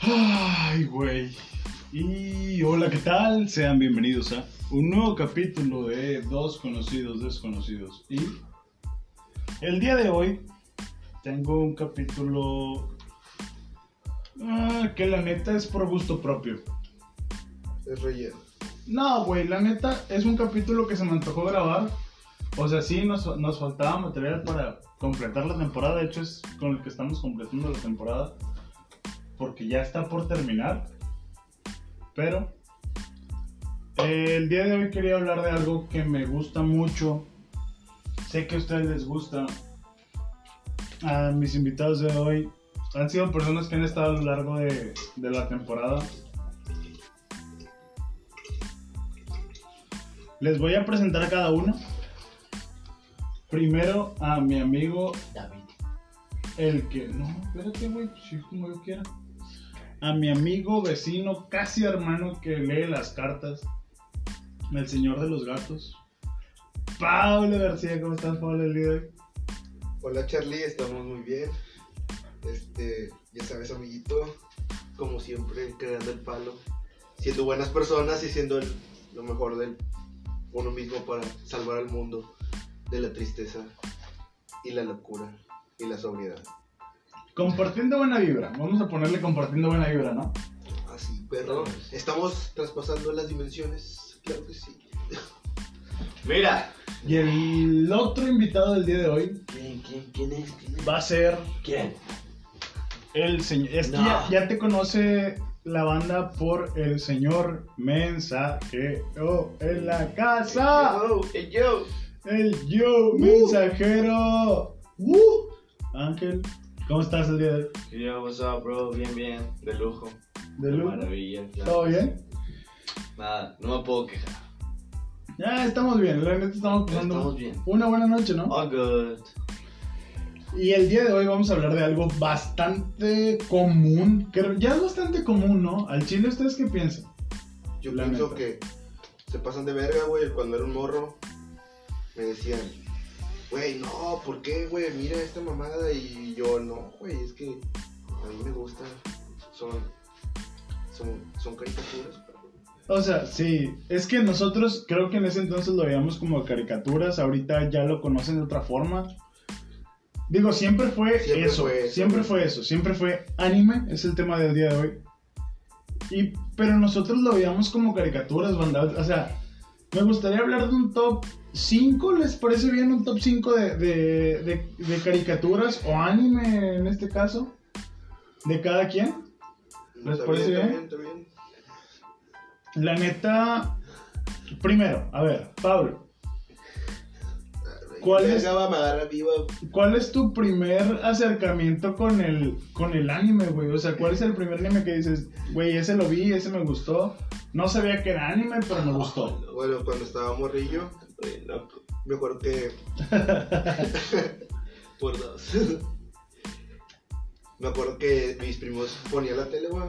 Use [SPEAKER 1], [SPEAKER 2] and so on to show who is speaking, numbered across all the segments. [SPEAKER 1] Ay, güey. Y hola, ¿qué tal? Sean bienvenidos a un nuevo capítulo de Dos Conocidos Desconocidos. Y el día de hoy tengo un capítulo ah, que la neta es por gusto propio.
[SPEAKER 2] Es relleno.
[SPEAKER 1] No, güey, la neta es un capítulo que se me antojó grabar. O sea, sí, nos, nos faltaba material para completar la temporada. De hecho, es con el que estamos completando la temporada. Porque ya está por terminar. Pero eh, el día de hoy quería hablar de algo que me gusta mucho. Sé que a ustedes les gusta. A mis invitados de hoy han sido personas que han estado a lo largo de, de la temporada. Les voy a presentar a cada uno. Primero a mi amigo
[SPEAKER 2] David.
[SPEAKER 1] el que. No, espérate, güey. Sí, como yo quiera. A mi amigo, vecino, casi hermano que lee las cartas. El señor de los gatos. Pablo García, ¿cómo estás, Pablo, el día de hoy?
[SPEAKER 2] Hola Charlie, estamos muy bien. Este, ya sabes, amiguito, como siempre, quedando el palo, siendo buenas personas y siendo el- lo mejor de uno mismo para salvar al mundo de la tristeza y la locura y la sobriedad.
[SPEAKER 1] Compartiendo buena vibra. Vamos a ponerle compartiendo buena vibra, ¿no?
[SPEAKER 2] Así, perro. Estamos traspasando las dimensiones, claro que sí. Mira.
[SPEAKER 1] Y el otro invitado del día de hoy
[SPEAKER 2] ¿Quién, quién, quién es? ¿Quién?
[SPEAKER 1] va a ser
[SPEAKER 2] ¿Quién?
[SPEAKER 1] el señor. Es que
[SPEAKER 2] No.
[SPEAKER 1] ya, ya te conoce la banda por el señor mensajero en la casa.
[SPEAKER 2] Hey, yo.
[SPEAKER 1] El
[SPEAKER 2] Uh.
[SPEAKER 1] yo mensajero. Uh. Ángel, ¿cómo estás el día de hoy?
[SPEAKER 3] Yo, what's up, bro? Bien, bien, de lujo.
[SPEAKER 1] ¿De lujo?
[SPEAKER 3] Maravilla. claro.
[SPEAKER 1] ¿Todo bien?
[SPEAKER 3] Nada, no me puedo quejar.
[SPEAKER 1] Ya estamos bien, la neta estamos pasando
[SPEAKER 3] Estamos bien.
[SPEAKER 1] una buena noche, ¿no?
[SPEAKER 3] All good.
[SPEAKER 1] Y el día de hoy vamos a hablar de algo bastante común, que ya es bastante común, ¿no? Al chile, ¿ustedes qué piensan?
[SPEAKER 2] Yo
[SPEAKER 1] La
[SPEAKER 2] pienso
[SPEAKER 1] neta.
[SPEAKER 2] que se pasan de verga, güey. Cuando era un morro, me decían, güey, no, ¿por qué, güey? Mira esta mamada. Y yo, no, güey, es que a mí me gusta. Son, son, son caricaturas.
[SPEAKER 1] O sea, sí, es que nosotros creo que en ese entonces lo veíamos como caricaturas, ahorita ya lo conocen de otra forma. Digo, siempre fue
[SPEAKER 2] Siempre
[SPEAKER 1] eso,
[SPEAKER 2] fue eso.
[SPEAKER 1] siempre fue eso, siempre fue anime, es el tema del día de hoy. Y, pero nosotros lo veíamos como caricaturas, banda. O sea, me gustaría hablar de un top 5, ¿les parece bien un top 5 de, de- de- de caricaturas o anime en este caso? ¿De cada quien? ¿Les
[SPEAKER 2] Está
[SPEAKER 1] parece
[SPEAKER 2] está
[SPEAKER 1] bien?
[SPEAKER 2] Está bien,
[SPEAKER 1] La neta, primero, a ver, Pablo.
[SPEAKER 2] Ah,
[SPEAKER 1] ¿Cuál
[SPEAKER 2] verga,
[SPEAKER 1] es?
[SPEAKER 2] va, me agarra viva.
[SPEAKER 1] ¿Cuál es tu primer acercamiento con el, con el anime, güey? O sea, ¿cuál es el primer anime que dices, güey, ese lo vi, ese me gustó? No sabía que era anime, pero me gustó.
[SPEAKER 2] Bueno, cuando estaba morrillo,
[SPEAKER 3] Estoy loco.
[SPEAKER 2] me acuerdo que
[SPEAKER 3] Por dos.
[SPEAKER 2] Me acuerdo que mis primos ponían la tele, güey.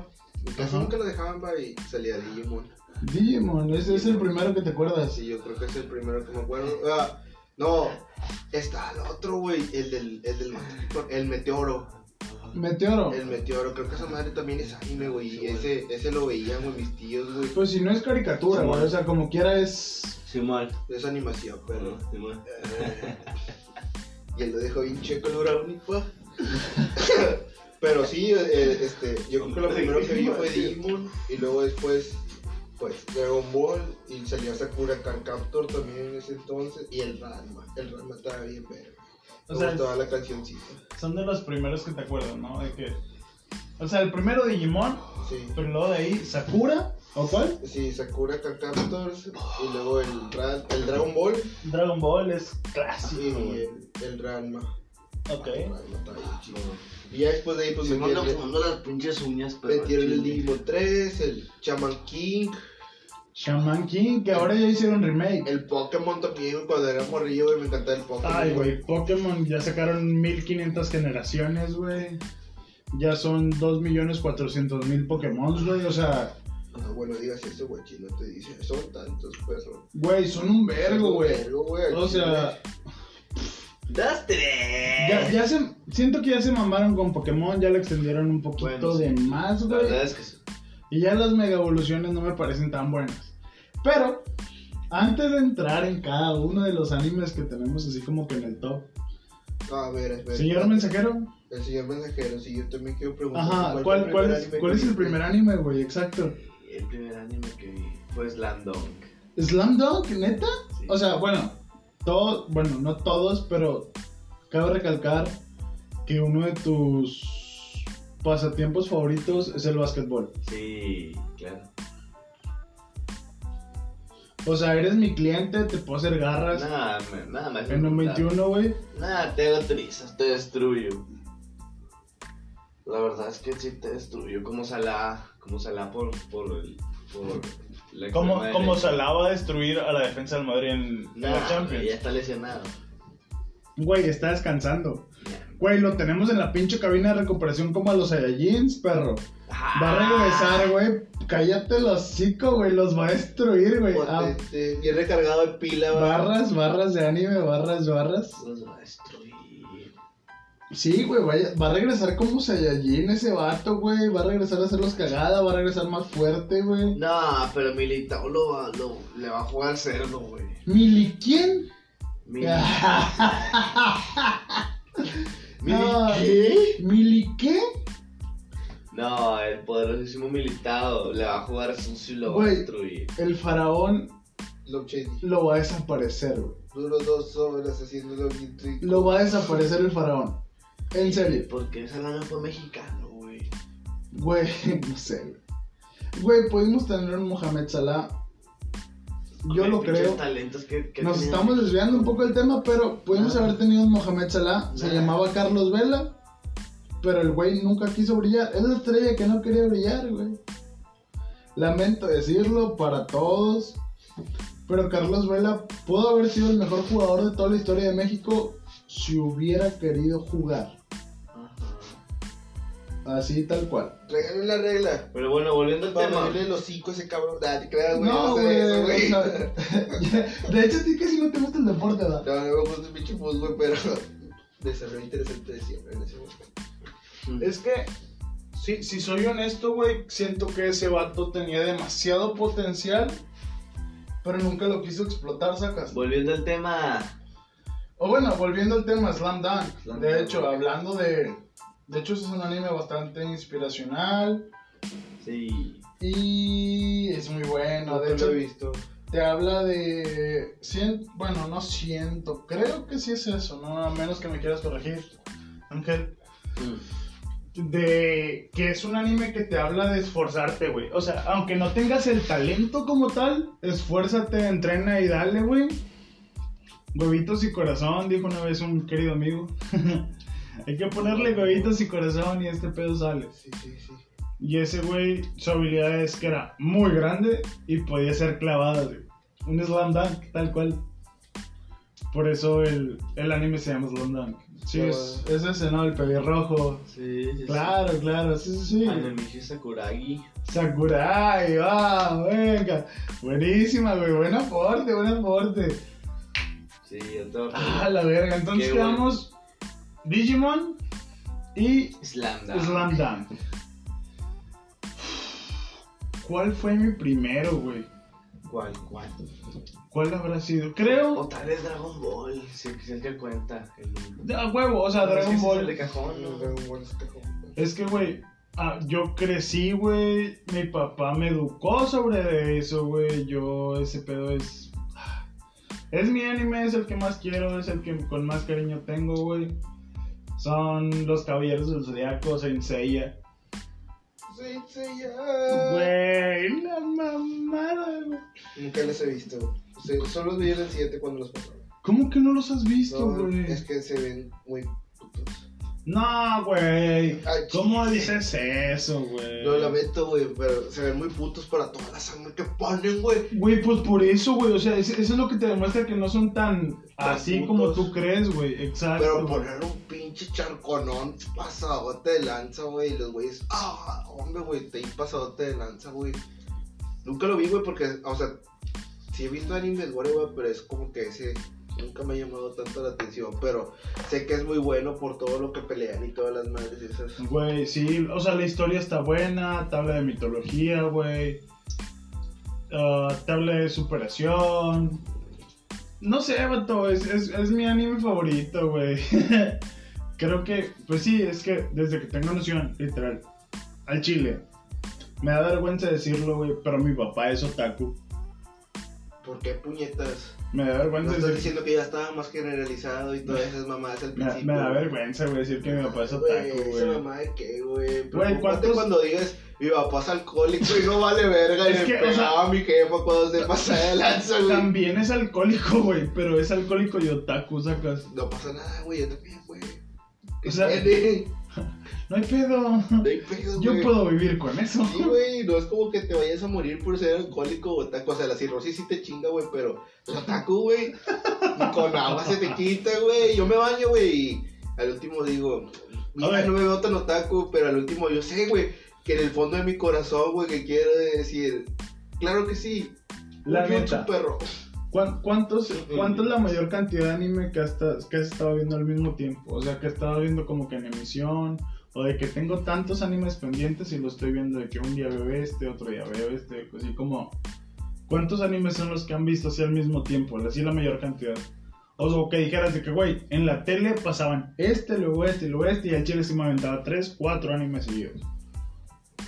[SPEAKER 2] En casa
[SPEAKER 1] Ajá.
[SPEAKER 2] nunca la dejaban, va, y salía Digimon.
[SPEAKER 1] Digimon, ese es el primero que te acuerdas.
[SPEAKER 2] Sí, yo creo que es el primero que me acuerdo. Ah, no, está el otro, güey. El del, el del Matador, el meteoro.
[SPEAKER 1] Meteoro.
[SPEAKER 2] El meteoro, creo que esa madre también es anime, güey.
[SPEAKER 3] Sí, güey.
[SPEAKER 2] ese, ese lo veían, güey, mis tíos, güey.
[SPEAKER 1] Pues si no es caricatura,
[SPEAKER 3] Sí,
[SPEAKER 1] güey,
[SPEAKER 3] bueno.
[SPEAKER 1] o sea, como quiera es...
[SPEAKER 3] Simón.
[SPEAKER 2] Es animación, pero.
[SPEAKER 3] Perdón, Simón.
[SPEAKER 2] eh, y él lo dejó bien checo el brownie, pa. pero sí, eh, este, yo creo que lo primero que vi fue Digimon. Y luego después, pues, Dragon Ball. Y salía Sakura Card Captor también en ese entonces. Y el Ranma. El Ranma estaba bien, pero.
[SPEAKER 1] O sea,
[SPEAKER 2] gustaba la cancioncita.
[SPEAKER 1] son de los primeros que te acuerdas, ¿no? De que... O sea, el primero Digimon,
[SPEAKER 2] Sí.
[SPEAKER 1] pero luego de ahí Sakura, ¿o cuál?
[SPEAKER 2] Sí, Sakura Card Captors y luego el, Ra- el Dragon Ball
[SPEAKER 1] Dragon Ball es
[SPEAKER 2] y
[SPEAKER 1] clásico, güey.
[SPEAKER 2] el, el Ranma.
[SPEAKER 1] Ok.
[SPEAKER 2] El Ranma está bien chido. Y ya después de ahí, pues
[SPEAKER 3] Simón
[SPEAKER 2] metieron,
[SPEAKER 3] le puso las pinches uñas, pero.
[SPEAKER 2] metieron el
[SPEAKER 3] chile.
[SPEAKER 2] Digimon 3, el Shaman King,
[SPEAKER 1] Shaman King, que ahora ya hicieron remake.
[SPEAKER 2] el Pokémon también. Cuando era morrillo, güey, me encantaba el Pokémon.
[SPEAKER 1] Ay, güey, Pokémon ya sacaron 1500 generaciones, güey. Ya son 2.400.000 Pokémon, güey. O sea,
[SPEAKER 2] Ah, bueno, digas eso, güey, chino te dice. Son tantos, perros.
[SPEAKER 1] güey, son un vergo, güey.
[SPEAKER 2] Vergo, güey. al
[SPEAKER 1] O
[SPEAKER 2] chile.
[SPEAKER 1] sea,
[SPEAKER 3] Dos, tres.
[SPEAKER 4] Ya, ya se, siento que ya se mamaron con Pokémon, ya le extendieron un poquito
[SPEAKER 3] Bueno, sí.
[SPEAKER 4] de más,
[SPEAKER 3] La
[SPEAKER 4] güey.
[SPEAKER 3] verdad es que sí.
[SPEAKER 4] Y ya las mega evoluciones no me parecen tan buenas. Pero, antes de entrar en cada uno de los animes que tenemos así como que en el top,
[SPEAKER 2] A ver, espera.
[SPEAKER 4] señor mensajero,
[SPEAKER 2] El señor mensajero, sí, yo también quiero preguntar.
[SPEAKER 4] ajá, ¿cuál,
[SPEAKER 2] fue
[SPEAKER 4] cuál,
[SPEAKER 2] pues, primer
[SPEAKER 4] es,
[SPEAKER 2] anime
[SPEAKER 4] cuál
[SPEAKER 2] que
[SPEAKER 4] es el
[SPEAKER 2] viste?
[SPEAKER 4] primer anime, güey? Exacto.
[SPEAKER 3] El primer anime que vi fue Slam Dunk.
[SPEAKER 4] ¿Slam Dunk, neta?
[SPEAKER 3] Sí.
[SPEAKER 4] O sea, bueno, todos, bueno, no todos, pero cabe recalcar que uno de tus pasatiempos favoritos es el básquetbol.
[SPEAKER 3] Sí, claro.
[SPEAKER 4] O sea, eres mi cliente, te puedo hacer garras.
[SPEAKER 3] Nada, me- nada más.
[SPEAKER 4] en un 21, güey.
[SPEAKER 3] Nada, te hago trizas, te destruyo. La verdad es que sí te destruyó. Como Salah, como Salah por, por, el- por la
[SPEAKER 1] ¿Cómo,
[SPEAKER 3] extrema
[SPEAKER 1] cómo
[SPEAKER 3] derecha.
[SPEAKER 1] Salah va a destruir a la defensa del Madrid en, en la
[SPEAKER 3] Nah,
[SPEAKER 1] Champions?
[SPEAKER 3] Ya está lesionado.
[SPEAKER 4] Güey, está descansando.
[SPEAKER 3] Ya.
[SPEAKER 4] Güey, lo tenemos en la pinche cabina de recuperación como a los Saiyajins, perro. Va a
[SPEAKER 3] Ah,
[SPEAKER 4] regresar, güey. Cállate los hocico, güey. Los va a destruir, güey. Ah,
[SPEAKER 2] Potente, este, bien recargado de pila. va.
[SPEAKER 4] barras, barras de anime, barras, barras.
[SPEAKER 3] Los va a destruir.
[SPEAKER 4] Sí, güey, vaya- va a regresar como Saiyajin ese vato, güey. Va a regresar a hacerlos cagada, va a regresar más fuerte, güey.
[SPEAKER 3] No, pero Militao lo, va- lo, le va a jugar al cerdo, güey.
[SPEAKER 4] ¿Mili quién?
[SPEAKER 3] Mili- ¿Mili
[SPEAKER 4] No.
[SPEAKER 3] qué?
[SPEAKER 4] ¿Mili qué?
[SPEAKER 3] No, el poderosísimo Militao le va a jugar sucio y lo va a
[SPEAKER 4] Güey.
[SPEAKER 3] destruir.
[SPEAKER 4] El faraón
[SPEAKER 2] Love Shady.
[SPEAKER 4] lo va a desaparecer, güey.
[SPEAKER 2] Duró dos horas haciéndolo bien rico.
[SPEAKER 4] Lo va a desaparecer el faraón. En serio.
[SPEAKER 3] Porque esa lana fue mexicano, güey.
[SPEAKER 4] Güey, no sé, güey. Güey, pudimos tener un Mohamed Salah. Yo
[SPEAKER 3] Con
[SPEAKER 4] lo
[SPEAKER 3] pinches
[SPEAKER 4] creo.
[SPEAKER 3] talentos que, que
[SPEAKER 4] Nos
[SPEAKER 3] tenía.
[SPEAKER 4] estamos desviando un poco del tema, pero pudimos
[SPEAKER 3] Ah.
[SPEAKER 4] haber tenido un Mohamed Salah. Se
[SPEAKER 3] Ah.
[SPEAKER 4] llamaba Carlos Vela. Pero el güey nunca quiso brillar. Es la estrella que no quería brillar, güey. Lamento decirlo para todos. Pero Carlos Vela pudo haber sido el mejor jugador de toda la historia de México si hubiera querido jugar.
[SPEAKER 3] Ajá.
[SPEAKER 4] Así tal cual.
[SPEAKER 2] Regalen la regla.
[SPEAKER 3] Pero bueno, volviendo al
[SPEAKER 2] Para
[SPEAKER 3] tema.
[SPEAKER 2] abrirle los cinco a ese cabrón. Ah, te creas, güey.
[SPEAKER 4] No,
[SPEAKER 2] sé
[SPEAKER 4] güey.
[SPEAKER 2] eso,
[SPEAKER 4] o sea, de hecho, a ti casi no te gusta el deporte, ¿verdad?
[SPEAKER 2] No, no me gusta el pinche fútbol, pero desarrollo interesante de siempre en ese momento.
[SPEAKER 4] Es
[SPEAKER 1] que, si, si soy honesto, güey, siento que ese vato tenía demasiado potencial, pero nunca lo quiso explotar, sacas.
[SPEAKER 3] Volviendo al tema.
[SPEAKER 1] O bueno, volviendo al tema Slam Dunk.
[SPEAKER 3] Slam
[SPEAKER 1] de
[SPEAKER 3] Dunk.
[SPEAKER 1] hecho, hablando de... De hecho, ese es un anime bastante inspiracional
[SPEAKER 3] Sí.
[SPEAKER 1] y es muy bueno. De hecho,
[SPEAKER 2] lo he visto.
[SPEAKER 1] te habla de... cien- bueno, no siento. Creo que sí es eso, ¿no? A menos que me quieras corregir, Ángel.
[SPEAKER 3] Mm.
[SPEAKER 1] de que es un anime que te habla de esforzarte, güey. O sea, aunque no tengas el talento como tal, esfuérzate, entrena y dale, güey. Huevitos y corazón, dijo una vez un querido amigo. Hay que ponerle huevitos y corazón y este pedo sale.
[SPEAKER 2] Sí, sí, sí.
[SPEAKER 1] Y ese güey, su habilidad es que era muy grande y podía ser clavado, güey. Un slam dunk, tal cual. Por eso el, el anime se llama slam dunk. Sí, es, es ese, ¿no? El pelirrojo.
[SPEAKER 3] Sí, sí, sí.
[SPEAKER 1] Claro, claro, sí, sí, sí.
[SPEAKER 3] Anemichi Sakuragi.
[SPEAKER 1] Sakurai, va, venga. Buenísima, güey. Buen aporte, buen aporte.
[SPEAKER 3] Sí, otro.
[SPEAKER 1] Ah, la verga. Entonces
[SPEAKER 3] Qué bueno.
[SPEAKER 1] quedamos Digimon y
[SPEAKER 3] Slam Dunk.
[SPEAKER 1] Slam Dunk. ¿Cuál fue mi primero, güey?
[SPEAKER 3] ¿Cuál? ¿Cuál?
[SPEAKER 1] ¿Cuál habrá sido? Creo.
[SPEAKER 3] O tal vez Dragon Ball. Si es el que cuenta. El...
[SPEAKER 1] A huevo, o sea, Dragon
[SPEAKER 3] Pues,
[SPEAKER 1] Ball.
[SPEAKER 3] Es que ese es el de cajón,
[SPEAKER 2] No,
[SPEAKER 3] ¿no?
[SPEAKER 2] Dragon Ball es cajón.
[SPEAKER 1] Es que, güey, ah, yo crecí, güey. Mi papá me educó sobre eso, güey. Yo, ese pedo es. ah, Es mi anime, es el que más quiero, es el que con más cariño tengo, güey. Son los Caballeros del Zodiaco, Saint Seiya.
[SPEAKER 2] Sí, sí, ya.
[SPEAKER 1] Güey, la mamada, güey.
[SPEAKER 2] Nunca los he visto. Sí, solo vi el 7 cuando los pasaron.
[SPEAKER 1] ¿Cómo que no los has visto,
[SPEAKER 2] No,
[SPEAKER 1] güey?
[SPEAKER 2] es que se ven muy putos.
[SPEAKER 1] No, güey.
[SPEAKER 2] Ay,
[SPEAKER 1] ¿Cómo
[SPEAKER 2] sí.
[SPEAKER 1] dices eso, güey?
[SPEAKER 2] Lo lamento, güey, pero se ven muy putos para toda la sangre que ponen, güey.
[SPEAKER 1] Güey, pues por eso, güey. O sea, es- eso es lo que te demuestra que no son tan así
[SPEAKER 2] putos.
[SPEAKER 1] como tú crees, güey. Exacto.
[SPEAKER 2] Pero
[SPEAKER 1] güey.
[SPEAKER 2] poner un pinche charconón pasadote de lanza, güey, y los güeyes, ah, hombre, güey, te di pasadote de lanza, güey. Nunca lo vi, güey, porque, o sea, sí he visto animes, güey, güey, pero es como que ese Nunca me ha llamado tanto la atención, pero sé que es muy bueno por todo lo que pelean y todas las madres esas.
[SPEAKER 1] Güey, sí, o sea, la historia está buena, te habla de mitología, güey. Ah, te habla de superación. No sé, vato, es, es, es mi anime favorito, güey. Creo que, pues sí, es que desde que tengo noción, literal, al chile. Me da vergüenza decirlo, güey, pero mi papá es otaku.
[SPEAKER 2] ¿Por qué puñetas?
[SPEAKER 1] Me da
[SPEAKER 2] No
[SPEAKER 1] vergüenza
[SPEAKER 2] estás
[SPEAKER 1] decir...
[SPEAKER 2] diciendo que ya estaba más generalizado y todas esas mamadas al
[SPEAKER 1] Me, da-
[SPEAKER 2] principio.
[SPEAKER 1] me da vergüenza, güey, decir que mi papá es
[SPEAKER 2] Güey,
[SPEAKER 1] otaku,
[SPEAKER 2] esa
[SPEAKER 1] güey.
[SPEAKER 2] mamá de qué, güey.
[SPEAKER 1] Güey,
[SPEAKER 2] Güey,
[SPEAKER 1] ¿cuántos-
[SPEAKER 2] cuando digas, mi papá es alcohólico y no vale verga.
[SPEAKER 1] Es
[SPEAKER 2] y
[SPEAKER 1] que,
[SPEAKER 2] me
[SPEAKER 1] o
[SPEAKER 2] pegaba
[SPEAKER 1] sea-
[SPEAKER 2] a mi jefa cuando se pasaba de lanza, güey.
[SPEAKER 1] También es alcohólico, güey, pero es alcohólico y otaku, pues, sacas.
[SPEAKER 2] No pasa nada, güey, yo también, güey.
[SPEAKER 1] O sea,
[SPEAKER 2] Tiene,
[SPEAKER 1] no hay pedo.
[SPEAKER 2] no hay pedo,
[SPEAKER 1] Yo
[SPEAKER 2] güey.
[SPEAKER 1] puedo vivir con eso.
[SPEAKER 2] Sí, güey, no es como que te vayas a morir por ser alcohólico o taco. O sea, la cirrosis sí te chinga, güey, pero la taco, güey, con agua se te quita, güey. Yo me baño, güey, y al último digo,
[SPEAKER 1] A
[SPEAKER 2] mira,
[SPEAKER 1] ver.
[SPEAKER 2] no me veo tan otaku, pero al último yo sé, güey, que en el fondo de mi corazón, güey, que quiero decir, claro que sí,
[SPEAKER 1] La
[SPEAKER 2] un yunchu,
[SPEAKER 1] neta.
[SPEAKER 2] perro.
[SPEAKER 1] ¿Cuán- ¿Cuántos, ¿Cuánto es la mayor cantidad de anime que, hasta, que has estado viendo al mismo tiempo? O sea, que has estado viendo como que en emisión, o de que tengo tantos animes pendientes y lo estoy viendo de que un día veo este, otro día veo este, así como... ¿Cuántos animes son los que han visto así al mismo tiempo? Así la mayor cantidad. O sea, o que dijeras de que, güey, en la tele pasaban este, luego este, y luego este, y al chile se me aventaba tres, cuatro animes seguidos.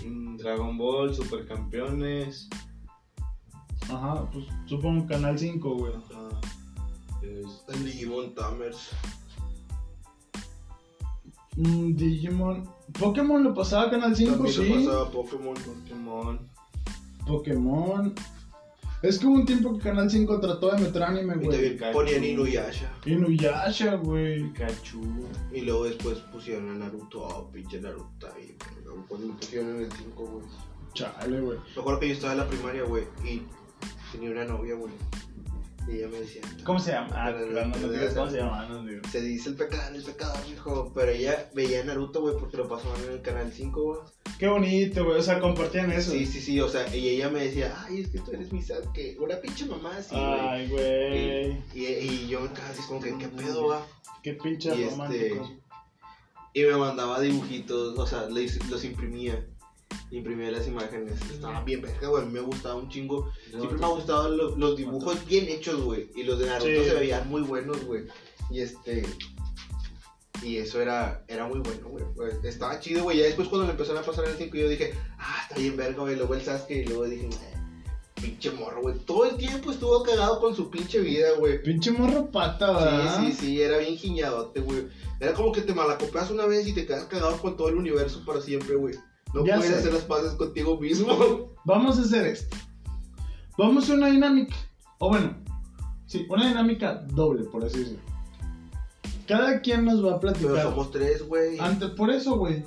[SPEAKER 3] Mm, Dragon Ball, Supercampeones.
[SPEAKER 1] Ajá, pues supongo Canal 5, güey.
[SPEAKER 3] ah, es-
[SPEAKER 2] El Digimon Tamers.
[SPEAKER 1] Mm, Digimon. Pokémon lo pasaba a Canal 5,
[SPEAKER 2] También
[SPEAKER 1] sí.
[SPEAKER 2] lo pasaba Pokémon.
[SPEAKER 3] Pokémon.
[SPEAKER 1] Pokémon. Es que hubo un tiempo que Canal 5 trató de meter anime,
[SPEAKER 2] Y
[SPEAKER 1] güey.
[SPEAKER 2] también
[SPEAKER 3] Pikachu.
[SPEAKER 2] ponían Inuyasha.
[SPEAKER 1] Inuyasha, güey.
[SPEAKER 3] Pikachu.
[SPEAKER 2] Y luego después pusieron a Naruto, oh, pinche Naruto. Y luego pusieron el 5, güey.
[SPEAKER 1] Chale, güey.
[SPEAKER 2] Me acuerdo que yo estaba en la primaria, güey, y tenía una novia, güey. Y ella me decía,
[SPEAKER 1] ¿Cómo se llama? Ah,
[SPEAKER 2] Pero,
[SPEAKER 1] claro, no,
[SPEAKER 2] pero,
[SPEAKER 1] digas cómo
[SPEAKER 2] pero,
[SPEAKER 1] se llama, no digas.
[SPEAKER 2] se dice el pecado, el pecado, hijo. Pero ella veía Naruto, güey, porque lo pasaban en el canal 5, güey.
[SPEAKER 1] Qué bonito, güey. O sea, compartían eso.
[SPEAKER 2] Sí, sí, sí, o sea, y ella me decía, ay, es que tú eres mi sad, que una pinche mamá así, güey.
[SPEAKER 1] Ay, güey.
[SPEAKER 2] Y, y yo me quedaba así como que, ¿qué pedo, va?
[SPEAKER 1] Qué pinche
[SPEAKER 2] Y
[SPEAKER 1] romántico.
[SPEAKER 2] este- Y me mandaba dibujitos, o sea, le- los imprimía. Imprimía las imágenes. Estaban bien verga, güey. a mí Me gustaba un chingo. Siempre me ha gustado lo- los dibujos bien hechos, güey. Y los de Naruto
[SPEAKER 1] Sí.
[SPEAKER 2] se veían muy buenos, güey. Y este. Y eso era, era muy bueno, güey. Pues, Estaba chido, güey. Ya después cuando me empezaron a pasar el 5, yo dije, ah, está bien verga, güey. Luego el Sasuke y luego dije, "Eh, pinche morro, güey. Todo el tiempo estuvo cagado con su pinche vida, güey.
[SPEAKER 1] Pinche morro pata, ¿verdad?
[SPEAKER 2] Sí, sí, sí, era bien giñadote, güey. Era como que te malacopeas una vez y te quedas cagado con todo el universo para siempre, güey. No
[SPEAKER 1] Ya
[SPEAKER 2] puedes
[SPEAKER 1] sé.
[SPEAKER 2] hacer las paces contigo mismo.
[SPEAKER 1] Vamos a hacer esto. Vamos a una dinámica. O bueno, sí, una dinámica doble, por así decirlo. Cada quien nos va a platicar.
[SPEAKER 2] Pero somos tres, güey.
[SPEAKER 1] Antes, por eso, güey.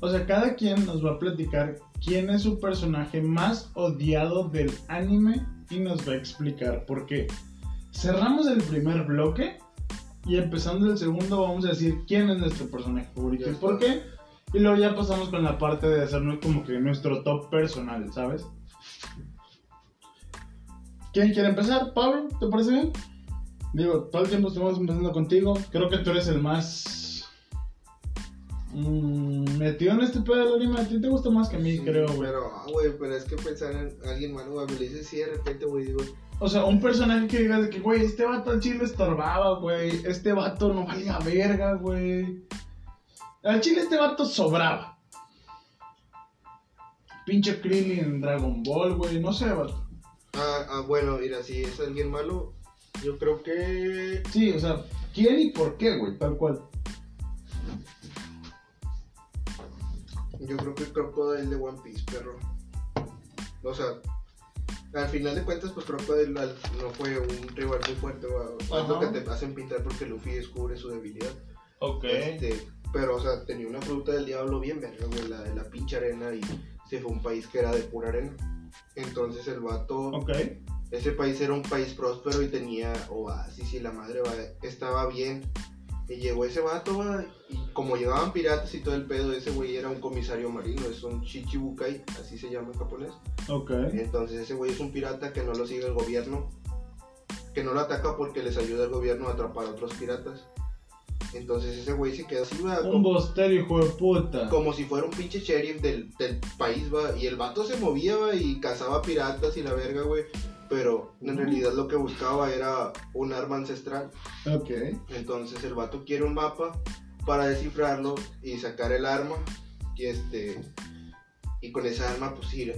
[SPEAKER 1] O sea, cada quien nos va a platicar quién es su personaje más odiado del anime y nos va a explicar por qué. Cerramos el primer bloque y empezando el segundo vamos a decir quién es nuestro personaje favorito
[SPEAKER 2] Ya
[SPEAKER 1] y por
[SPEAKER 2] está.
[SPEAKER 1] qué. Y luego ya pasamos con la parte de hacernos como que nuestro top personal, ¿sabes? ¿Quién quiere empezar? Pablo, ¿te parece bien? Digo, todo el tiempo estuvimos empezando contigo. Creo que tú eres el más mm, metido en este pedo del anime. A ti te gusta más que a mí,
[SPEAKER 2] Sí,
[SPEAKER 1] creo, güey.
[SPEAKER 2] Pero, ah, güey, pero es que pensar en alguien malo, güey, me lo dices así de repente, güey, digo,
[SPEAKER 1] O sea, un personaje que digas de que, güey, este vato al chile estorbaba, güey. Este vato no valía verga, güey. Al chile este vato sobraba. Pinche Krillin en Dragon Ball, güey. No sé, vato.
[SPEAKER 2] ah, ah, bueno, mira, si es alguien malo, yo creo que.
[SPEAKER 1] Sí, o sea, ¿quién y por qué, güey? Tal cual.
[SPEAKER 2] Yo creo que el Crocodile de One Piece, perro. O sea, al final de cuentas, pues Crocodile al- no fue un rival muy fuerte, güey. Es lo
[SPEAKER 1] Ajá.
[SPEAKER 2] que te hacen pintar porque Luffy descubre su debilidad.
[SPEAKER 1] Ok.
[SPEAKER 2] Este, pero, o sea, tenía una fruta del diablo bien verga, güey, la de la pinche arena y se fue a un país que era de pura arena. Entonces el vato.
[SPEAKER 1] Ok.
[SPEAKER 2] Ese país era un país próspero y tenía oasis y la madre va, estaba bien. Y llegó ese vato, va, y como llevaban piratas y todo el pedo, ese güey era un comisario marino, es un shichibukai, así se llama en japonés.
[SPEAKER 1] Ok.
[SPEAKER 2] Entonces ese güey es un pirata que no lo sigue el gobierno. que no lo ataca porque les ayuda el gobierno a atrapar a otros piratas. Entonces ese güey se queda así, va,
[SPEAKER 1] Un
[SPEAKER 2] como,
[SPEAKER 1] bostero, hijo de puta.
[SPEAKER 2] como si fuera un pinche sheriff del, del país, va. Y el vato se movía, va, y cazaba piratas y la verga, güey. Pero en realidad lo que buscaba era un arma ancestral.
[SPEAKER 1] Ok.
[SPEAKER 2] Entonces el vato quiere un mapa para descifrarlo y sacar el arma. Y este. Y con esa arma, pues ir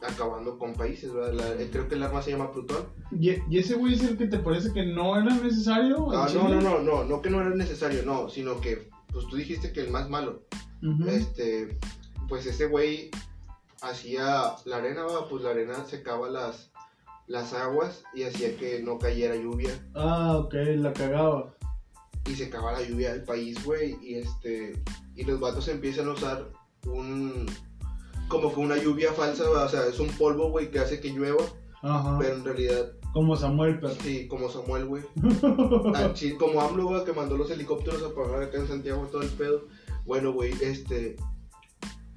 [SPEAKER 2] acabando con países. ¿verdad? La- eh, creo que el arma se llama Plutón.
[SPEAKER 1] ¿Y, y ese güey es el que te parece que no era necesario?
[SPEAKER 2] Ah, no, no, no, no, no que no era necesario, no, sino que pues tú dijiste que el más malo. Este. Pues ese güey hacía la arena, ¿verdad? pues la arena secaba las, las aguas y hacía que no cayera lluvia.
[SPEAKER 1] Ah, ok, la cagaba.
[SPEAKER 2] y se acaba la lluvia del país, güey, y este y los vatos empiezan a usar un como que una lluvia falsa, o sea, es un polvo, güey, que hace que llueva,
[SPEAKER 1] Ajá.
[SPEAKER 2] pero en realidad
[SPEAKER 1] Como Samuel, pero.
[SPEAKER 2] sí, como Samuel, güey. Al chil- como AMLO, güey, que mandó los helicópteros a pagar acá en Santiago todo el pedo. Bueno, güey, este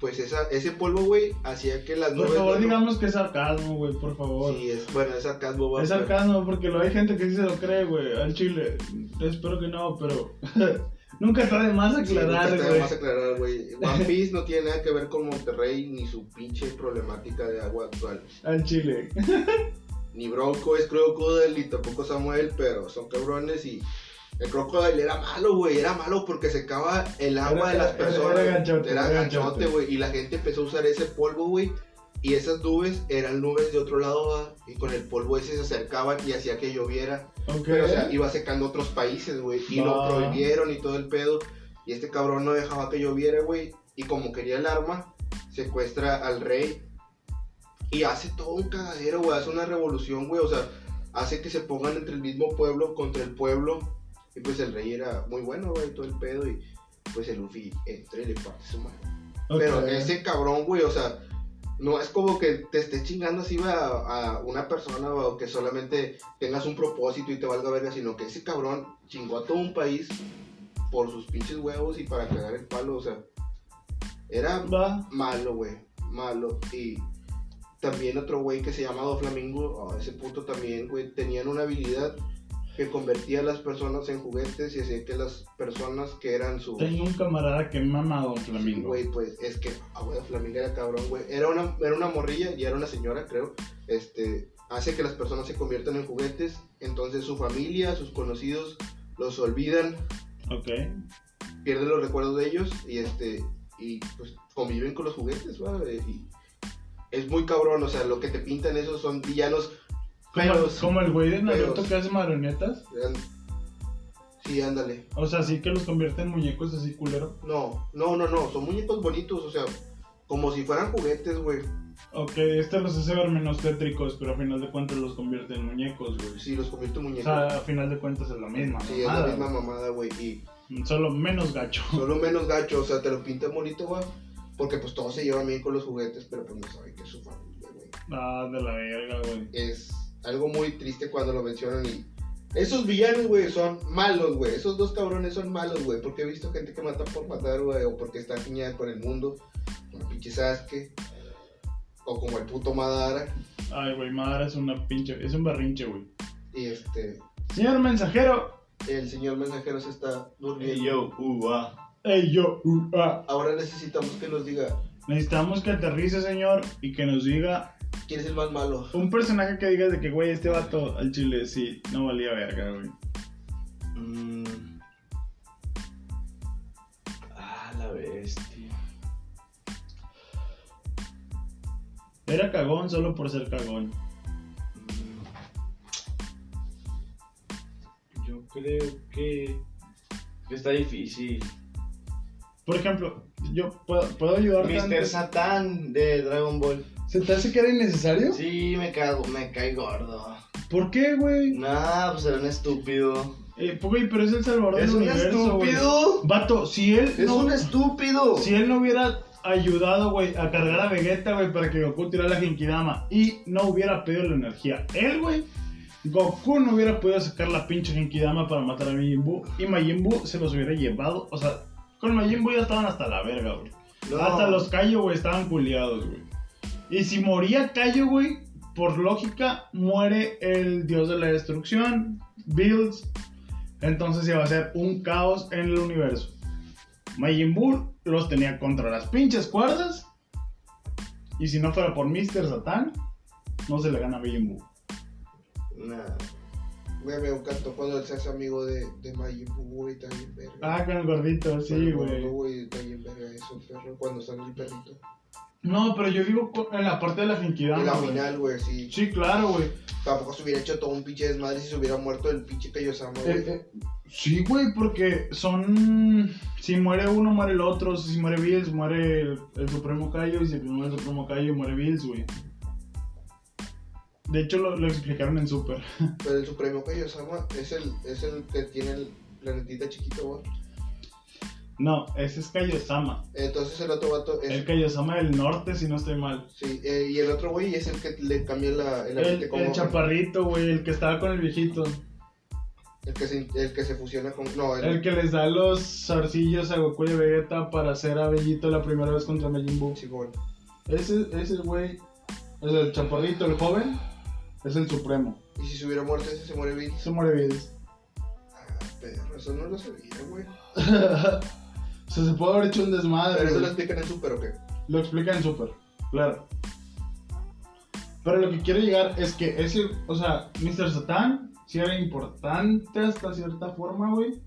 [SPEAKER 2] pues esa, ese polvo, güey, hacía que las
[SPEAKER 1] Por
[SPEAKER 2] nubes
[SPEAKER 1] favor,
[SPEAKER 2] bueno,
[SPEAKER 1] digamos que es sarcasmo, güey, por favor.
[SPEAKER 2] Sí, es bueno, es sarcasmo, güey,
[SPEAKER 1] Es
[SPEAKER 2] pero-
[SPEAKER 1] sarcasmo porque lo hay gente que sí se lo cree, güey, al chile. Espero que no, pero nunca está de más
[SPEAKER 2] Sí, nunca
[SPEAKER 1] aclarar,
[SPEAKER 2] está de
[SPEAKER 1] güey.
[SPEAKER 2] más aclarar, güey. One Piece no tiene nada que ver con Monterrey ni su pinche problemática de agua actual.
[SPEAKER 1] Al chile.
[SPEAKER 2] Ni Bronco es Crocodile ni tampoco Samuel, pero son cabrones y el Crocodile era malo, güey. Era malo porque secaba el
[SPEAKER 1] Era-
[SPEAKER 2] agua de las
[SPEAKER 1] era-
[SPEAKER 2] personas.
[SPEAKER 1] era ganchote,
[SPEAKER 2] Era
[SPEAKER 1] era
[SPEAKER 2] ganchote,
[SPEAKER 1] ganchote.
[SPEAKER 2] güey. Y la gente empezó a usar ese polvo, güey. Y esas nubes eran nubes de otro lado, va, y con el polvo ese se acercaban y hacía que lloviera.
[SPEAKER 1] Ok.
[SPEAKER 2] Pero, o sea, iba secando otros países, güey. Y lo
[SPEAKER 1] Ah.
[SPEAKER 2] prohibieron y todo el pedo. Y este cabrón no dejaba que lloviera, güey. Y como quería el arma, secuestra al rey. Y hace todo un cagadero, güey. Hace una revolución, güey. O sea, hace que se pongan entre el mismo pueblo contra el pueblo. Y pues el rey era muy bueno, güey. Todo el pedo. Y pues el Luffy entra y le parte su mano.
[SPEAKER 1] ok.
[SPEAKER 2] Pero este ese cabrón, güey, o sea, no es como que te esté chingando así va, a, a una persona o que solamente tengas un propósito y te valga verga, sino que ese cabrón chingó a todo un país por sus pinches huevos y para cagar el palo, o sea, era
[SPEAKER 1] Va.
[SPEAKER 2] malo, güey, malo. Y también otro güey que se llama Do Flamingo, a ese punto también, güey, tenían una habilidad que convertía a las personas en juguetes y hacía que las personas que eran su...
[SPEAKER 1] Tengo un camarada que mama a Don
[SPEAKER 2] Sí,
[SPEAKER 1] Flamingo.
[SPEAKER 2] Güey, pues es que, ah, güey, Flamingo era cabrón, güey. Era una, era una morrilla y era una señora, creo. Este, hace que las personas se conviertan en juguetes. Entonces su familia, sus conocidos, los olvidan,
[SPEAKER 1] ok.
[SPEAKER 2] pierden los recuerdos de ellos y este, y pues conviven con los juguetes, güey. eh, Y es muy cabrón, o sea, lo que te pintan esos son villanos
[SPEAKER 1] Como,
[SPEAKER 2] feos.
[SPEAKER 1] como el güey de Naruto
[SPEAKER 2] Feos.
[SPEAKER 1] que hace marionetas.
[SPEAKER 2] Eran- Sí, ándale.
[SPEAKER 1] O sea, sí que los convierte en muñecos así culero.
[SPEAKER 2] No, no, no, no. Son muñecos bonitos, o sea, como si fueran juguetes, güey.
[SPEAKER 1] Ok, este los hace ver menos tétricos, pero a final de cuentas los convierte en muñecos, güey.
[SPEAKER 2] Sí, los convierto en
[SPEAKER 1] O
[SPEAKER 2] muñecos.
[SPEAKER 1] sea, a final de cuentas es la misma.
[SPEAKER 2] Sí, es la
[SPEAKER 1] mamada,
[SPEAKER 2] misma mamada, güey. Y
[SPEAKER 1] güey. Solo menos gacho.
[SPEAKER 2] solo menos gacho, o sea, te lo pintan bonito, güey. Porque pues todos se llevan bien con los juguetes, pero pues no saben que es su familia, güey.
[SPEAKER 1] Ah, de la verga, güey.
[SPEAKER 2] Es algo muy triste cuando lo mencionan y... Esos villanos, güey, son malos, güey. Esos dos cabrones son malos, güey. Porque he visto gente que mata por matar, güey. O porque está piñada con el mundo. Como el pinche Sasuke. O como el puto Madara.
[SPEAKER 1] Ay, güey, Madara es una pinche. Es un berrinche, güey.
[SPEAKER 2] Y este...
[SPEAKER 1] Señor mensajero.
[SPEAKER 2] El señor mensajero se está
[SPEAKER 3] Hey,
[SPEAKER 2] durmiendo.
[SPEAKER 3] yo, uh, ah.
[SPEAKER 1] Ey, yo. uh, ah.
[SPEAKER 2] Ahora necesitamos que nos diga...
[SPEAKER 1] Necesitamos que aterrice, señor, y que nos diga
[SPEAKER 2] ¿Quién es el más malo?
[SPEAKER 1] un personaje que digas de que, güey, este vato al chile sí, no valía verga, güey.
[SPEAKER 3] Mm. Ah, la bestia.
[SPEAKER 1] Era cagón solo por ser cagón.
[SPEAKER 3] Mm. Yo creo que... que está difícil.
[SPEAKER 1] Por ejemplo, yo puedo, ¿puedo ayudarte.
[SPEAKER 3] Mr.
[SPEAKER 1] antes?
[SPEAKER 3] Satán de Dragon Ball.
[SPEAKER 1] ¿Se te hace que era innecesario?
[SPEAKER 3] Sí, me cago, me cae gordo.
[SPEAKER 1] ¿Por qué, güey?
[SPEAKER 3] Nah, pues era un estúpido.
[SPEAKER 1] Eh, pues, güey, pero es el salvador
[SPEAKER 3] Es
[SPEAKER 1] del
[SPEAKER 3] un
[SPEAKER 1] universo, güey.
[SPEAKER 3] estúpido.
[SPEAKER 1] Vato, si él
[SPEAKER 3] Es
[SPEAKER 1] no-
[SPEAKER 3] un estúpido.
[SPEAKER 1] Si él no hubiera ayudado, güey, a cargar a Vegeta, güey, para que Goku tirara la Genkidama y no hubiera pedido la energía, él, güey, Goku no hubiera podido sacar la pinche Genkidama para matar a Majin Buu y Majin Buu se los hubiera llevado. O sea, con Majin Buu ya estaban hasta la verga, güey.
[SPEAKER 3] No.
[SPEAKER 1] Hasta los Kaio, güey, estaban culiados, güey. Y si moría Kaio, güey, por lógica, muere el dios de la destrucción, Bills. Entonces se va a hacer un caos en el universo. Majin Buu los tenía contra las pinches cuerdas. Y si no fuera por Mr. Satan, no se le gana a Majin Buu.
[SPEAKER 2] Nah. Güey, me encantó cuando él se hace amigo de, de Majin Buu, güey, está bien verga.
[SPEAKER 1] Ah, con el gordito, sí,
[SPEAKER 2] Pero,
[SPEAKER 1] güey.
[SPEAKER 2] güey, está bien verga eso, perro, cuando sale el perrito.
[SPEAKER 1] No, pero yo digo co- en la parte de la Genkidama,
[SPEAKER 2] En la
[SPEAKER 1] güey.
[SPEAKER 2] final, güey, sí.
[SPEAKER 1] Sí, claro, güey.
[SPEAKER 2] Tampoco se hubiera hecho todo un pinche desmadre si se hubiera muerto el pinche Kaiosama,
[SPEAKER 1] Eh,
[SPEAKER 2] güey.
[SPEAKER 1] eh, sí, güey, porque son. Si muere uno, muere el otro. Si muere Bills, muere el, el Supremo Cayo. Y si muere el Supremo Cayo, muere Bills, güey. De hecho, lo, lo explicaron en Super.
[SPEAKER 2] Pero el supremo Kaiosama es el, es el que tiene el planetita chiquito, güey.
[SPEAKER 1] No, ese es Kaiosama.
[SPEAKER 2] Entonces el otro vato es...
[SPEAKER 1] El Kaiosama del norte, si no estoy mal.
[SPEAKER 2] Sí, eh, y el otro güey es el que le cambia la, el,
[SPEAKER 1] El,
[SPEAKER 2] ambiente como...
[SPEAKER 1] el chaparrito, güey, el que estaba con el viejito.
[SPEAKER 2] el que se, el que se fusiona con... No, el,
[SPEAKER 1] El que les da los zarcillos a Goku y a Vegeta para hacer a Bellito la primera vez contra Majin Buu.
[SPEAKER 2] Sí, güey.
[SPEAKER 1] Ese ese es el güey. O sea, el chaparrito, el joven, es el Supremo.
[SPEAKER 2] Y si se hubiera muerto ese, se muere Bills.
[SPEAKER 1] Se muere Bills.
[SPEAKER 2] Ah, perro, eso no lo sabía, güey.
[SPEAKER 1] O sea, se puede haber hecho un desmadre.
[SPEAKER 2] Pero eso lo
[SPEAKER 1] Ah, güey.
[SPEAKER 2] explican en Super, ¿o qué?
[SPEAKER 1] Lo explica en Super, claro. Pero lo que quiero llegar es que ese, o sea, Mr. Satan sí era importante hasta cierta forma, güey.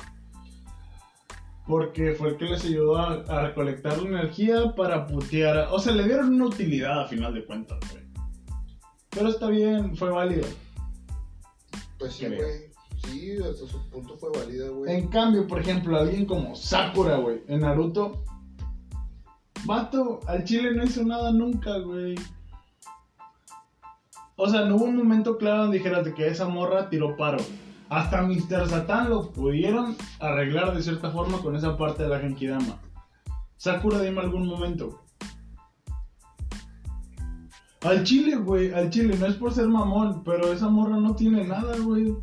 [SPEAKER 1] Porque fue el que les ayudó a, a recolectar la energía para putear. a- O sea, le dieron una utilidad a final de cuentas, güey. Pero está bien, fue válido.
[SPEAKER 2] Pues sí,
[SPEAKER 1] Creo.
[SPEAKER 2] güey. Sí, hasta su punto fue válida, güey.
[SPEAKER 1] En cambio, por ejemplo, alguien como Sakura, güey, en Naruto. Vato, al chile no hizo nada nunca, güey. O sea, no hubo un momento claro donde dijeras de que esa morra tiró paro. Hasta Mr. Satan lo pudieron arreglar de cierta forma con esa parte de la Genkidama. Sakura, dime algún momento. güey. Al chile, güey, al chile, no es por ser mamón, pero esa morra no tiene nada, güey.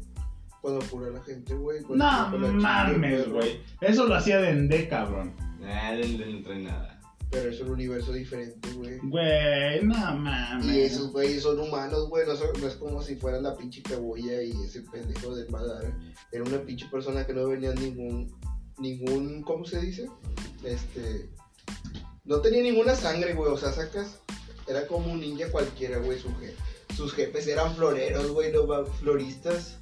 [SPEAKER 2] Cuando curó a la gente, güey. con-
[SPEAKER 1] No
[SPEAKER 2] con la chica,
[SPEAKER 1] mames,
[SPEAKER 2] perro.
[SPEAKER 1] güey. Eso lo hacía Dende, cabrón.
[SPEAKER 3] Nah, él no trae nada.
[SPEAKER 2] Pero es un universo diferente, güey.
[SPEAKER 1] Güey, no mames.
[SPEAKER 2] Y esos güeyes son humanos, güey. No, son- no es como si fueran la pinche cebolla y ese pendejo del Madara. Era una pinche persona que no venía ningún. ningún. ¿Cómo se dice? Este. No tenía ninguna sangre, güey. O sea, sacas. Era como un ninja cualquiera, güey. su je- sus jefes eran floreros, güey. No va- floristas.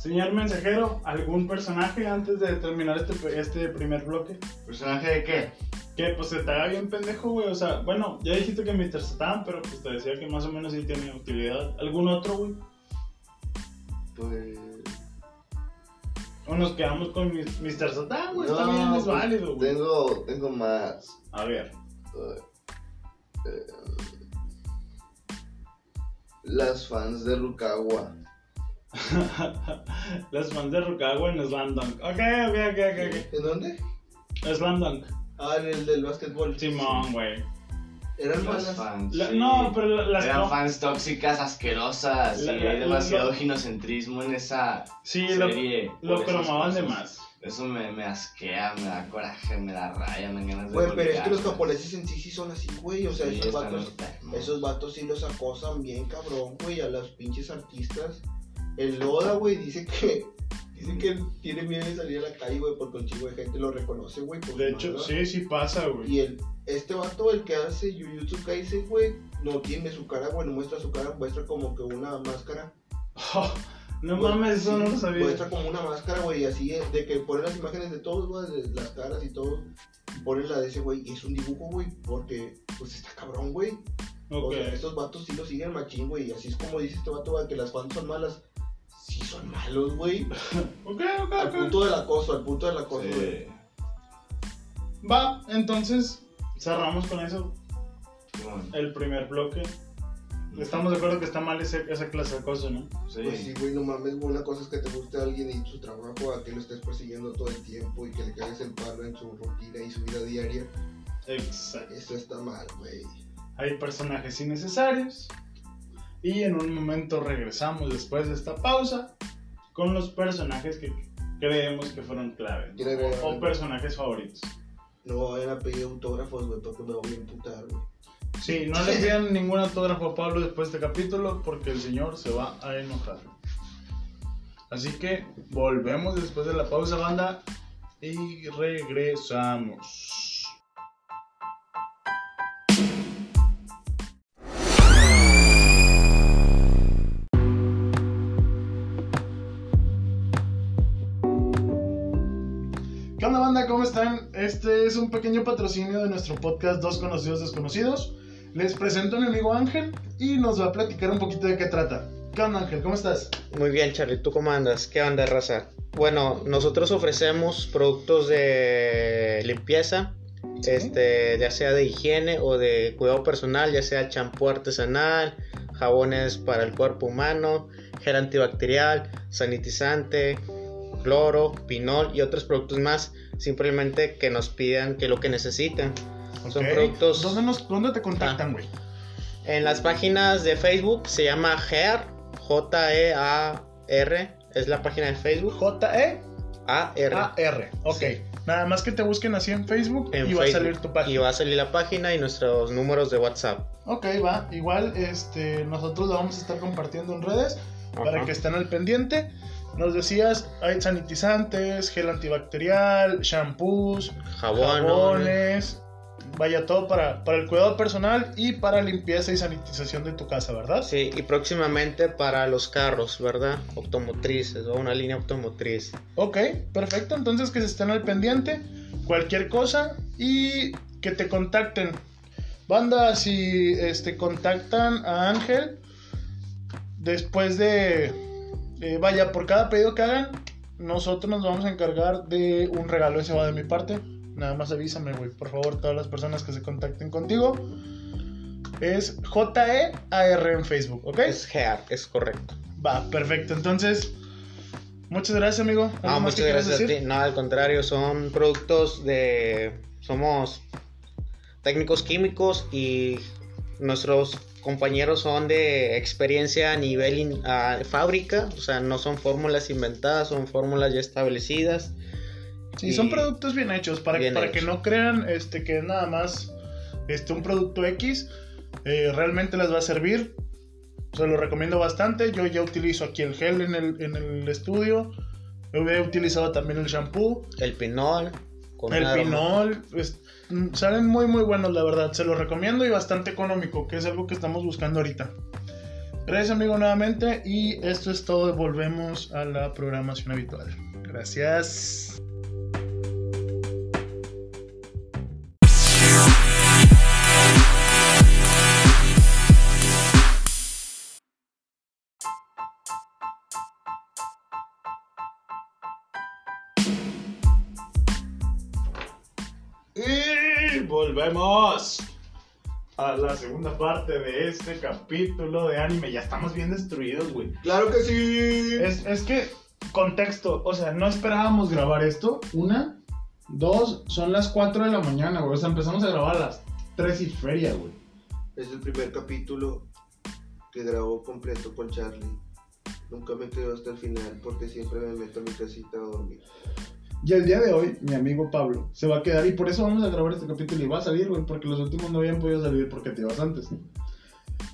[SPEAKER 5] Señor mensajero, ¿algún personaje antes de terminar este, este primer bloque?
[SPEAKER 3] ¿Personaje de qué?
[SPEAKER 5] Que pues se te haga bien pendejo, güey. O sea, bueno, ya dijiste que Mr. Satan, pero pues te decía que más o menos sí tiene utilidad. ¿Algún otro, güey?
[SPEAKER 3] Pues.
[SPEAKER 5] O nos quedamos con mi- Mr. Satan, güey. Está
[SPEAKER 3] No,
[SPEAKER 5] bien, es
[SPEAKER 3] pues,
[SPEAKER 5] válido, güey.
[SPEAKER 3] Tengo, tengo más.
[SPEAKER 5] A ver.
[SPEAKER 3] eh, eh, las fans de Rukawa.
[SPEAKER 5] Las fans de Rukawa en Slam Dunk. Ok, ok, ok, ok.
[SPEAKER 2] ¿En dónde?
[SPEAKER 5] ok. Slam Dunk.
[SPEAKER 2] Ah, en el del básquetbol.
[SPEAKER 5] Simón, güey.
[SPEAKER 2] Eran
[SPEAKER 3] Las
[SPEAKER 2] malas.
[SPEAKER 3] fans.
[SPEAKER 5] La-
[SPEAKER 3] sí.
[SPEAKER 5] No, pero la- las...
[SPEAKER 3] Eran
[SPEAKER 5] no-
[SPEAKER 3] fans tóxicas, asquerosas.
[SPEAKER 5] La-
[SPEAKER 3] y
[SPEAKER 5] la-
[SPEAKER 3] hay demasiado
[SPEAKER 5] la-
[SPEAKER 3] ginocentrismo en esa
[SPEAKER 5] Sí, lo,
[SPEAKER 3] serie.
[SPEAKER 5] lo
[SPEAKER 3] por esas
[SPEAKER 5] cromaban de
[SPEAKER 3] cosas.
[SPEAKER 5] más.
[SPEAKER 3] Eso me, me asquea, me da coraje, me da raya, me dan ganas de.
[SPEAKER 2] Güey, pero es que los
[SPEAKER 3] golpearlos.
[SPEAKER 2] japoneses en sí sí son así, güey. O sea,
[SPEAKER 3] Sí,
[SPEAKER 2] esos
[SPEAKER 3] están
[SPEAKER 2] vatos,
[SPEAKER 3] enfermos.
[SPEAKER 2] esos vatos sí los acosan bien, cabrón, güey, a los pinches artistas. El Loda, güey, dice que dice que tiene miedo de salir a la calle, güey, porque un chingo de gente lo reconoce, güey. por
[SPEAKER 5] De
[SPEAKER 2] su
[SPEAKER 5] hecho,
[SPEAKER 2] maldad.
[SPEAKER 5] sí, sí pasa, güey.
[SPEAKER 2] Y el, este vato, el que hace Jujutsu Kaisen, güey, no tiene su cara, güey, no muestra su cara, muestra como que una máscara.
[SPEAKER 5] Ah, no
[SPEAKER 2] Güey,
[SPEAKER 5] mames, eso no
[SPEAKER 2] sí,
[SPEAKER 5] lo sabía.
[SPEAKER 2] Muestra como una máscara, güey, así es, de que ponen las imágenes de todos, güey, de las caras y todo. Ponen la de ese, güey, y es un dibujo, güey, porque, pues, está cabrón, güey.
[SPEAKER 5] Ok.
[SPEAKER 2] O sea, estos vatos sí lo siguen machín, güey. Y así es como dice este vato, güey, que las fans son malas. Sí son malos, güey.
[SPEAKER 5] Ok, ok,
[SPEAKER 2] Al
[SPEAKER 5] ok.
[SPEAKER 2] punto del acoso, al punto del acoso, güey.
[SPEAKER 3] Sí.
[SPEAKER 5] Va, entonces cerramos con eso
[SPEAKER 3] Simón.
[SPEAKER 5] el primer bloque. Estamos de acuerdo que está mal ese- esa clase de cosas, ¿no?
[SPEAKER 3] Sí.
[SPEAKER 2] Pues sí, güey, no mames, güey. Una cosa es que te guste a alguien y su trabajo, a que lo estés persiguiendo todo el tiempo y que le cagues el palo en su rutina y su vida diaria.
[SPEAKER 5] Exacto.
[SPEAKER 2] Eso está mal, güey.
[SPEAKER 5] Hay personajes innecesarios. Y en un momento regresamos después de esta pausa con los personajes que creemos que fueron clave.
[SPEAKER 2] Quiere agregar
[SPEAKER 5] O
[SPEAKER 2] algo?
[SPEAKER 5] personajes favoritos.
[SPEAKER 2] No vayan a pedir autógrafos, güey, porque me voy a imputar, güey.
[SPEAKER 1] Sí, no le pidan ningún autógrafo a Pablo después de este capítulo porque el señor se va a enojar. Así que volvemos después de la pausa, banda, y regresamos. ¿Qué onda, banda? ¿Cómo están? Este es un pequeño patrocinio de nuestro podcast Dos Conocidos Desconocidos. Les presento a mi amigo Ángel y nos va a platicar un poquito de qué trata. ¿Qué onda, Ángel? ¿Cómo estás?
[SPEAKER 6] Muy bien, Charlie, ¿tú cómo andas? ¿Qué onda, raza? Bueno, nosotros ofrecemos productos de limpieza, este, ya sea de higiene o de cuidado personal, ya sea champú artesanal, jabones para el cuerpo humano, gel antibacterial, sanitizante, cloro, pinol y otros productos más, simplemente que nos pidan que lo que necesitan. Son
[SPEAKER 1] Ok.
[SPEAKER 6] productos- Ah.
[SPEAKER 1] ¿Dónde, nos- dónde te contactan, güey?
[SPEAKER 6] En las páginas de Facebook se llama E Gear, J-E-A-R, E es la página de Facebook,
[SPEAKER 1] J-E-A-R.
[SPEAKER 6] A-R.
[SPEAKER 1] E Ok.
[SPEAKER 6] E Sí.
[SPEAKER 1] Nada más que te busquen así en Facebook
[SPEAKER 6] en
[SPEAKER 1] y va a
[SPEAKER 6] Facebook.
[SPEAKER 1] salir tu página.
[SPEAKER 6] Y va a salir la página y nuestros números de WhatsApp.
[SPEAKER 1] Ok, va. Igual este, nosotros lo vamos a estar compartiendo en redes para
[SPEAKER 6] Ajá.
[SPEAKER 1] que estén al pendiente. Nos decías, hay sanitizantes, gel antibacterial, shampoos,
[SPEAKER 6] Jabón,
[SPEAKER 1] jabones. Vaya todo para, para el cuidado personal y para limpieza y sanitización de tu casa, ¿verdad?
[SPEAKER 6] Sí, y próximamente para los carros, ¿verdad? Automotrices o una línea automotriz.
[SPEAKER 1] Ok, perfecto. Entonces que se estén al pendiente. Cualquier cosa y que te contacten. Banda, si este, contactan a Ángel, después de... eh, vaya, por cada pedido que hagan, nosotros nos vamos a encargar de un regalo. Ese va de mi parte. Nada más avísame, güey. Por favor, todas las personas que se contacten contigo. Es J-E-A-R en Facebook, ¿ok?
[SPEAKER 6] Es Gear, es correcto.
[SPEAKER 1] Va, perfecto. Entonces, muchas gracias, amigo. ¿Algo más
[SPEAKER 6] Ah,
[SPEAKER 1] que
[SPEAKER 6] muchas
[SPEAKER 1] quieras
[SPEAKER 6] gracias
[SPEAKER 1] decir?
[SPEAKER 6] a ti. No, al contrario, son productos de... Somos técnicos químicos y nuestros compañeros son de experiencia a nivel in- a fábrica, o sea, no son fórmulas inventadas, son fórmulas ya establecidas.
[SPEAKER 1] Sí, son
[SPEAKER 6] Y-
[SPEAKER 1] productos bien hechos para,
[SPEAKER 6] Bien
[SPEAKER 1] para que
[SPEAKER 6] hechos.
[SPEAKER 1] no crean este, que es nada más este, un producto X. eh, realmente les va a servir. Se lo recomiendo bastante. Yo ya utilizo aquí el gel en el, en el estudio. He utilizado también el shampoo,
[SPEAKER 6] El pinol. Con
[SPEAKER 1] el
[SPEAKER 6] una aroma-
[SPEAKER 1] pinol. pues, mm, salen muy, muy buenos, la verdad. Se los recomiendo y bastante económico, que es algo que estamos buscando ahorita. Gracias, amigo, nuevamente. Y esto es todo. Volvemos a la programación habitual. Gracias.
[SPEAKER 7] Y volvemos a la segunda parte de este capítulo de anime. Ya estamos bien destruidos, güey.
[SPEAKER 2] Claro que sí.
[SPEAKER 1] Es, es que, contexto, o sea, no esperábamos grabar esto. Una, dos, son las 4 de la mañana, güey. O sea, empezamos a grabar a las 3 y feria, güey.
[SPEAKER 2] Es el primer capítulo que grabó completo con Charlie. Nunca me quedo hasta el final porque siempre me meto a mi casita a dormir.
[SPEAKER 1] Y el día de hoy, mi amigo Pablo se va a quedar y por eso vamos a grabar este capítulo y va a salir, güey, porque los últimos no habían podido salir porque te ibas antes.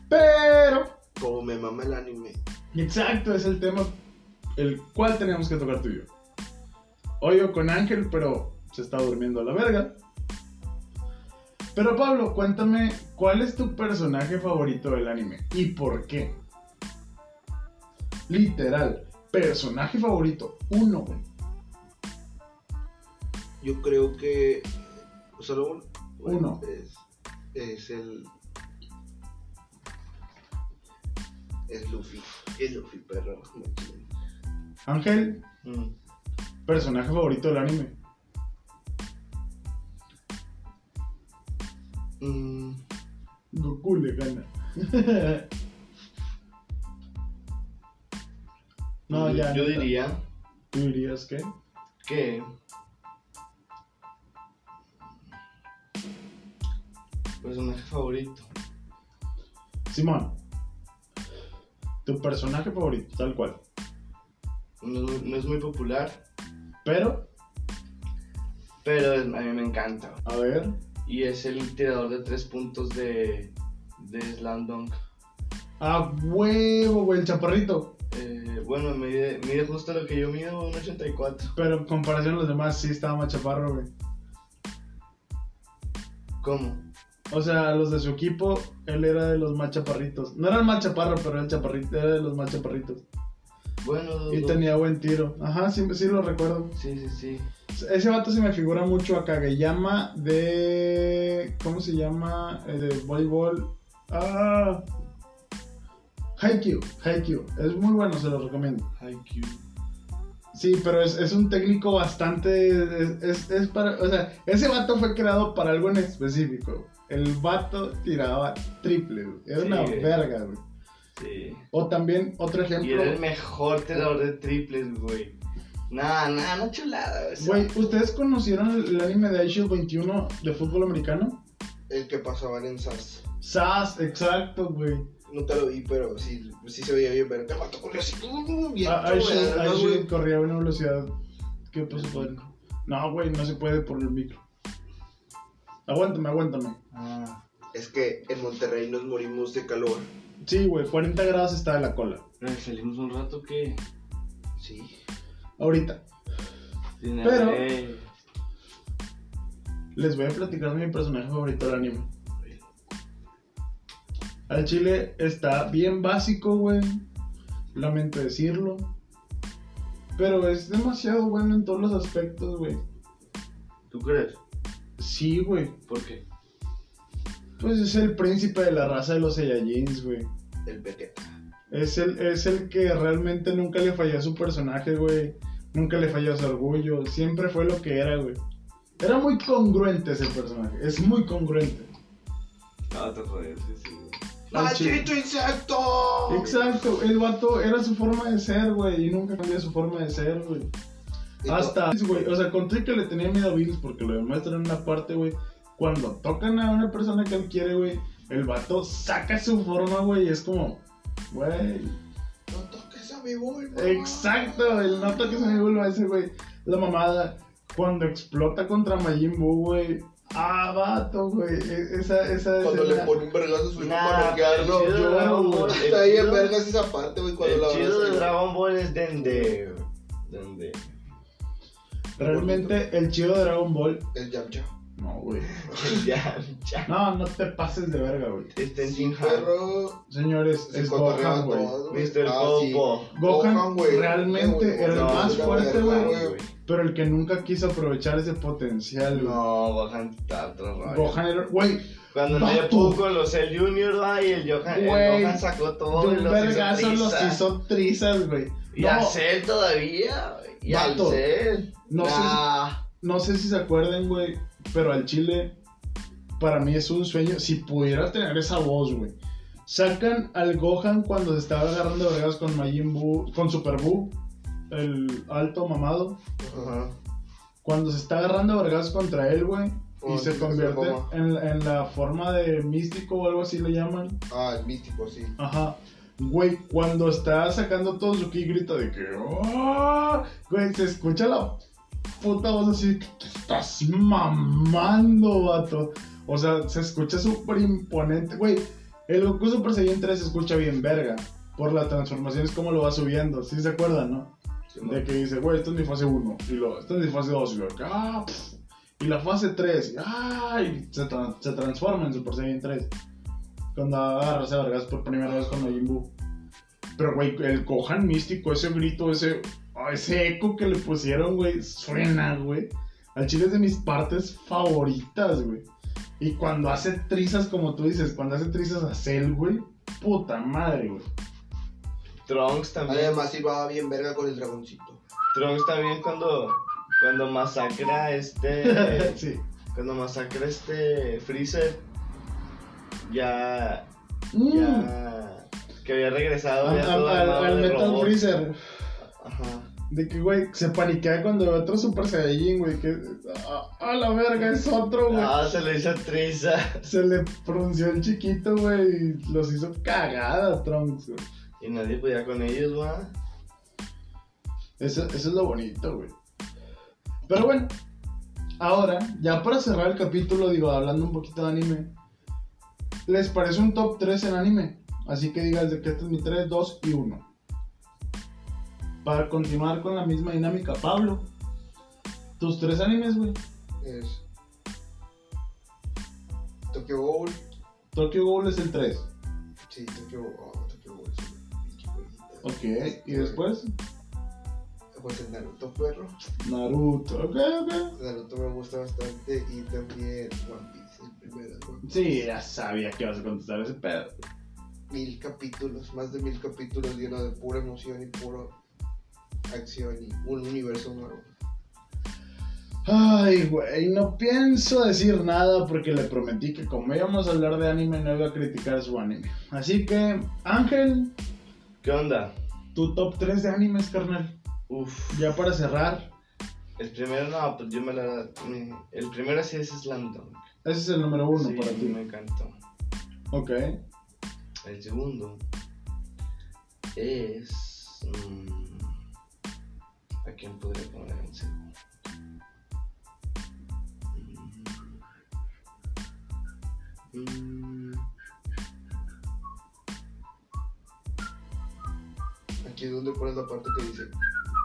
[SPEAKER 1] Pero,
[SPEAKER 2] Como me mama el anime.
[SPEAKER 1] exacto, es el tema el cual tenemos que tocar tú y yo. Hoy yo con Ángel, pero se está durmiendo a la verga. Pero Pablo, cuéntame, ¿cuál es tu personaje favorito del anime? ¿Y por qué? Literal, personaje favorito, uno, güey.
[SPEAKER 2] Yo creo que solo uno.
[SPEAKER 1] Uno.
[SPEAKER 2] Es, es el. Es Luffy. Es Luffy, perro.
[SPEAKER 1] Ángel,
[SPEAKER 3] Mm.
[SPEAKER 1] personaje favorito del anime.
[SPEAKER 2] Mm,
[SPEAKER 1] Goku le gana. no, ya.
[SPEAKER 3] Yo
[SPEAKER 1] neta.
[SPEAKER 3] diría
[SPEAKER 1] ¿Tú dirías qué?
[SPEAKER 3] que. pues, Personaje favorito.
[SPEAKER 1] Simón. Tu personaje favorito, tal cual.
[SPEAKER 3] No, es muy- no es muy popular,
[SPEAKER 1] Pero,
[SPEAKER 3] pero es- a mí me encanta.
[SPEAKER 1] a ver,
[SPEAKER 3] y es el tirador de tres puntos de, de Slam Dunk.
[SPEAKER 1] A huevo, güey, el chaparrito.
[SPEAKER 3] Eh, bueno, mide, mide justo lo que yo mido, un 84.
[SPEAKER 1] Pero en comparación a los demás, sí estaba más chaparro, güey.
[SPEAKER 3] ¿Cómo?
[SPEAKER 1] O sea, los de su equipo, él era de los más chaparritos. No era el más chaparro, pero era el chaparrito, era de los más chaparritos.
[SPEAKER 3] Bueno,
[SPEAKER 1] Y
[SPEAKER 3] lo-
[SPEAKER 1] tenía buen tiro. Ajá, sí, sí lo recuerdo.
[SPEAKER 3] Sí, sí, sí.
[SPEAKER 1] Ese vato se me figura mucho a Kageyama de. ¿Cómo se llama? Eh, de voleibol. Ah. Haikyuu, Haikyuu. Es muy bueno, se lo recomiendo.
[SPEAKER 4] IQ.
[SPEAKER 1] Sí, pero es, es un técnico bastante. Es, es- es para. O sea, ese vato fue creado para algo en específico. El vato tiraba triple, güey. Era
[SPEAKER 3] Sí,
[SPEAKER 1] una
[SPEAKER 3] güey.
[SPEAKER 1] verga, güey.
[SPEAKER 3] sí.
[SPEAKER 1] O también, otro
[SPEAKER 3] Y
[SPEAKER 1] ejemplo.
[SPEAKER 3] era el mejor tirador de triples, güey. Nah, nah, no chulada, o sea,
[SPEAKER 1] Güey, ¿ustedes conocieron el, el anime de iShield 21 de fútbol americano?
[SPEAKER 2] El que pasaban en SAS.
[SPEAKER 1] SAS, exacto, güey.
[SPEAKER 2] Nunca lo vi, pero sí, sí se veía bien ver. Te mato con así. uh, Bien,
[SPEAKER 1] Ah, ahí sí-
[SPEAKER 2] chulada,
[SPEAKER 1] ahí
[SPEAKER 2] ¿no,
[SPEAKER 1] sí
[SPEAKER 2] güey?
[SPEAKER 1] corría a una velocidad que pues se puede. No, güey, no se puede por el micro. Aguántame, aguántame.
[SPEAKER 3] Ah,
[SPEAKER 2] Es que en Monterrey nos morimos de calor.
[SPEAKER 1] Sí, güey, 40 grados está de la cola.
[SPEAKER 3] pero salimos un rato que.
[SPEAKER 2] Sí.
[SPEAKER 1] Ahorita,
[SPEAKER 3] Tiene
[SPEAKER 1] Pero-
[SPEAKER 3] eh,
[SPEAKER 1] les voy a platicar de mi personaje favorito del anime. Al chile está bien básico, güey. Lamento decirlo. Pero es demasiado bueno en todos los aspectos, güey.
[SPEAKER 3] ¿Tú crees?
[SPEAKER 1] Sí, güey.
[SPEAKER 3] ¿Por qué?
[SPEAKER 1] Pues es el príncipe de la raza de los Saiyajins, güey.
[SPEAKER 2] El Vegeta.
[SPEAKER 1] Es el, es el que realmente nunca le falló a su personaje, güey. Nunca le falló a su orgullo. Siempre fue lo que era, güey. Era muy congruente ese personaje. Es muy congruente.
[SPEAKER 3] No, Ah, te joder, sí, sí.
[SPEAKER 2] Pues,
[SPEAKER 3] güey.
[SPEAKER 1] Al chile.
[SPEAKER 2] ¡Maldito insecto!
[SPEAKER 1] Ah, Exacto. El vato era su forma de ser, güey. Y nunca cambió su forma de ser, güey.
[SPEAKER 2] Y to-
[SPEAKER 1] Hasta, güey. O sea, conté que le tenía miedo a Bills porque lo demuestran en una parte, güey. Cuando tocan a una persona que él quiere, güey. El vato saca su forma, güey. Y es como, güey.
[SPEAKER 2] No toques a mi vulva.
[SPEAKER 1] Exacto, el nota que se me vuelve a ese, güey. La mamada, cuando explota contra Majin Buu, güey. Ah, vato, güey. E- Esa, esa
[SPEAKER 2] Cuando le
[SPEAKER 1] escena.
[SPEAKER 2] pone un vergazo a su hijo
[SPEAKER 3] Nah,
[SPEAKER 2] para noquearlo.
[SPEAKER 3] el chido de Dragon Ball- el
[SPEAKER 2] Está ahí en
[SPEAKER 3] chido-
[SPEAKER 2] vergas esa parte, güey, cuando
[SPEAKER 3] El
[SPEAKER 2] la
[SPEAKER 3] chido de
[SPEAKER 2] abrazan.
[SPEAKER 3] Dragon Ball es Dende. güey. Dende.
[SPEAKER 1] Realmente, el chido de Dragon Ball.
[SPEAKER 2] El Yamcha.
[SPEAKER 1] No, güey.
[SPEAKER 3] ya, ya.
[SPEAKER 1] No, no te pases de verga, güey.
[SPEAKER 3] Este
[SPEAKER 2] Sí,
[SPEAKER 3] Shinhan.
[SPEAKER 2] perro.
[SPEAKER 1] Señores,
[SPEAKER 2] Se
[SPEAKER 1] es
[SPEAKER 2] cotorreaba
[SPEAKER 1] Gohan, güey.
[SPEAKER 2] todo. güey.
[SPEAKER 3] Mr.
[SPEAKER 2] Ah, sí.
[SPEAKER 3] Popo.
[SPEAKER 1] Gohan
[SPEAKER 2] güey.
[SPEAKER 1] realmente
[SPEAKER 2] Eh, güey,
[SPEAKER 1] era el
[SPEAKER 2] Gohan,
[SPEAKER 1] más
[SPEAKER 2] güey,
[SPEAKER 1] fuerte,
[SPEAKER 2] Gohan,
[SPEAKER 1] güey. Pero el que nunca quiso aprovechar ese potencial, güey.
[SPEAKER 3] No, Gohan está otro rollo.
[SPEAKER 1] Gohan era. Güey,
[SPEAKER 3] Cuando no le
[SPEAKER 1] Vato.
[SPEAKER 3] pudo con los el Junior, ay, el Johan, el
[SPEAKER 1] Güey,
[SPEAKER 3] Gohan sacó todo
[SPEAKER 1] de
[SPEAKER 3] y
[SPEAKER 1] un
[SPEAKER 3] los
[SPEAKER 1] vergazo
[SPEAKER 3] hizo
[SPEAKER 1] los
[SPEAKER 3] trizas.
[SPEAKER 1] hizo trizas, güey.
[SPEAKER 3] Y
[SPEAKER 1] No.
[SPEAKER 3] a Cell todavía, güey. y al
[SPEAKER 1] Vato.
[SPEAKER 3] Cell.
[SPEAKER 1] No sé si-
[SPEAKER 3] Nah.
[SPEAKER 1] No sé si se acuerden, güey, pero al chile para mí es un sueño. Si pudiera tener esa voz, güey. Sacan al Gohan cuando se estaba agarrando vergas con Majin Buu, con Super Buu, el alto mamado.
[SPEAKER 2] Ajá.
[SPEAKER 1] Cuando se está agarrando vergas contra él, güey, y
[SPEAKER 2] Oh,
[SPEAKER 1] se
[SPEAKER 2] sí, se
[SPEAKER 1] convierte
[SPEAKER 2] forma.
[SPEAKER 1] en, en la forma de místico o algo así le llaman.
[SPEAKER 2] Ah, el místico, sí.
[SPEAKER 1] Ajá. Güey, cuando está sacando todo su ki grita de que. "Ah", Güey, se escucha la puta voz así. "Te estás mamando, vato. O sea, se escucha súper imponente. Güey, el Goku Super Saiyan 3 se escucha bien verga. Por las transformaciones, como lo va subiendo. ¿Sí se acuerdan, no? De que dice, güey, esto es mi fase 1. Y luego, esto es mi fase 2. Y luego, ah, pf, Y la fase 3. Y, ah, y se, tra- se transforma en Super Saiyan 3. Cuando agarra esa vergas por primera vez con Majin Buu. Pero, güey, el Gohan místico, ese grito, ese, ah, ese eco que le pusieron, güey, suena, güey. Al chile es de mis partes favoritas, güey. Y cuando hace trizas, como tú dices, cuando hace trizas a Cell, güey, puta madre, güey.
[SPEAKER 3] Trunks también.
[SPEAKER 2] Además, iba bien verga con el dragoncito.
[SPEAKER 3] Trunks también cuando, cuando masacra este.
[SPEAKER 1] sí.
[SPEAKER 3] cuando masacra este Freezer. Ya.
[SPEAKER 1] Mm.
[SPEAKER 3] Ya. Que había regresado
[SPEAKER 1] Al,
[SPEAKER 3] ya todo
[SPEAKER 1] al-
[SPEAKER 3] armado
[SPEAKER 1] al
[SPEAKER 3] de
[SPEAKER 1] Metal
[SPEAKER 3] robot.
[SPEAKER 1] Freezer.
[SPEAKER 3] Ajá.
[SPEAKER 1] De que, güey, se paniquea cuando ve otro Super Saiyajin, güey. Que, a, a la verga, es otro, güey.
[SPEAKER 3] Ah, se le hizo triza.
[SPEAKER 1] Se le pronunció el chiquito, güey. Y los hizo cagada, Trunks, güey.
[SPEAKER 3] Y nadie podía con ellos, va.
[SPEAKER 1] Eso, eso es lo bonito, güey. Pero bueno, Ahora, ya para cerrar el capítulo, digo, hablando un poquito de anime, ¿les parece un top 3 en anime? Así que digas de que este es mi 3, 2 y 1. Para continuar con la misma dinámica, Pablo, tus tres animes, güey.
[SPEAKER 2] Es. Tokyo Bowl.
[SPEAKER 1] Tokyo Ghoul es el 3.
[SPEAKER 2] Sí, Tokyo Bowl. Oh, Tokyo Bowl es una pinche joyita.
[SPEAKER 1] Ok, ¿y después?
[SPEAKER 2] Pues el Naruto Perro.
[SPEAKER 1] Naruto, ok, ok.
[SPEAKER 2] Naruto me gusta bastante. Y también One Piece, el primero. ¿no?
[SPEAKER 1] Sí, ya sabía que ibas a contestar ese pedo.
[SPEAKER 2] Mil capítulos, más de mil capítulos llenos de pura emoción y puro acción y un universo nuevo.
[SPEAKER 1] Ay, güey, no pienso decir nada porque le prometí que como íbamos a hablar de anime no iba a criticar su anime. Así que, Ángel,
[SPEAKER 3] ¿Qué onda?
[SPEAKER 1] tu top 3 de animes, carnal.
[SPEAKER 3] Uf.
[SPEAKER 1] Ya para cerrar,
[SPEAKER 3] El primero, no, pues yo me la. mi- el primero sí es Slam Dunk.
[SPEAKER 1] ese es el número 1
[SPEAKER 3] Sí,
[SPEAKER 1] para ti.
[SPEAKER 3] me encantó.
[SPEAKER 1] Ok,
[SPEAKER 3] El segundo es. mm, ¿A quién podría poner en segundo? Mm. Mm,
[SPEAKER 2] Aquí es donde pones la parte que dice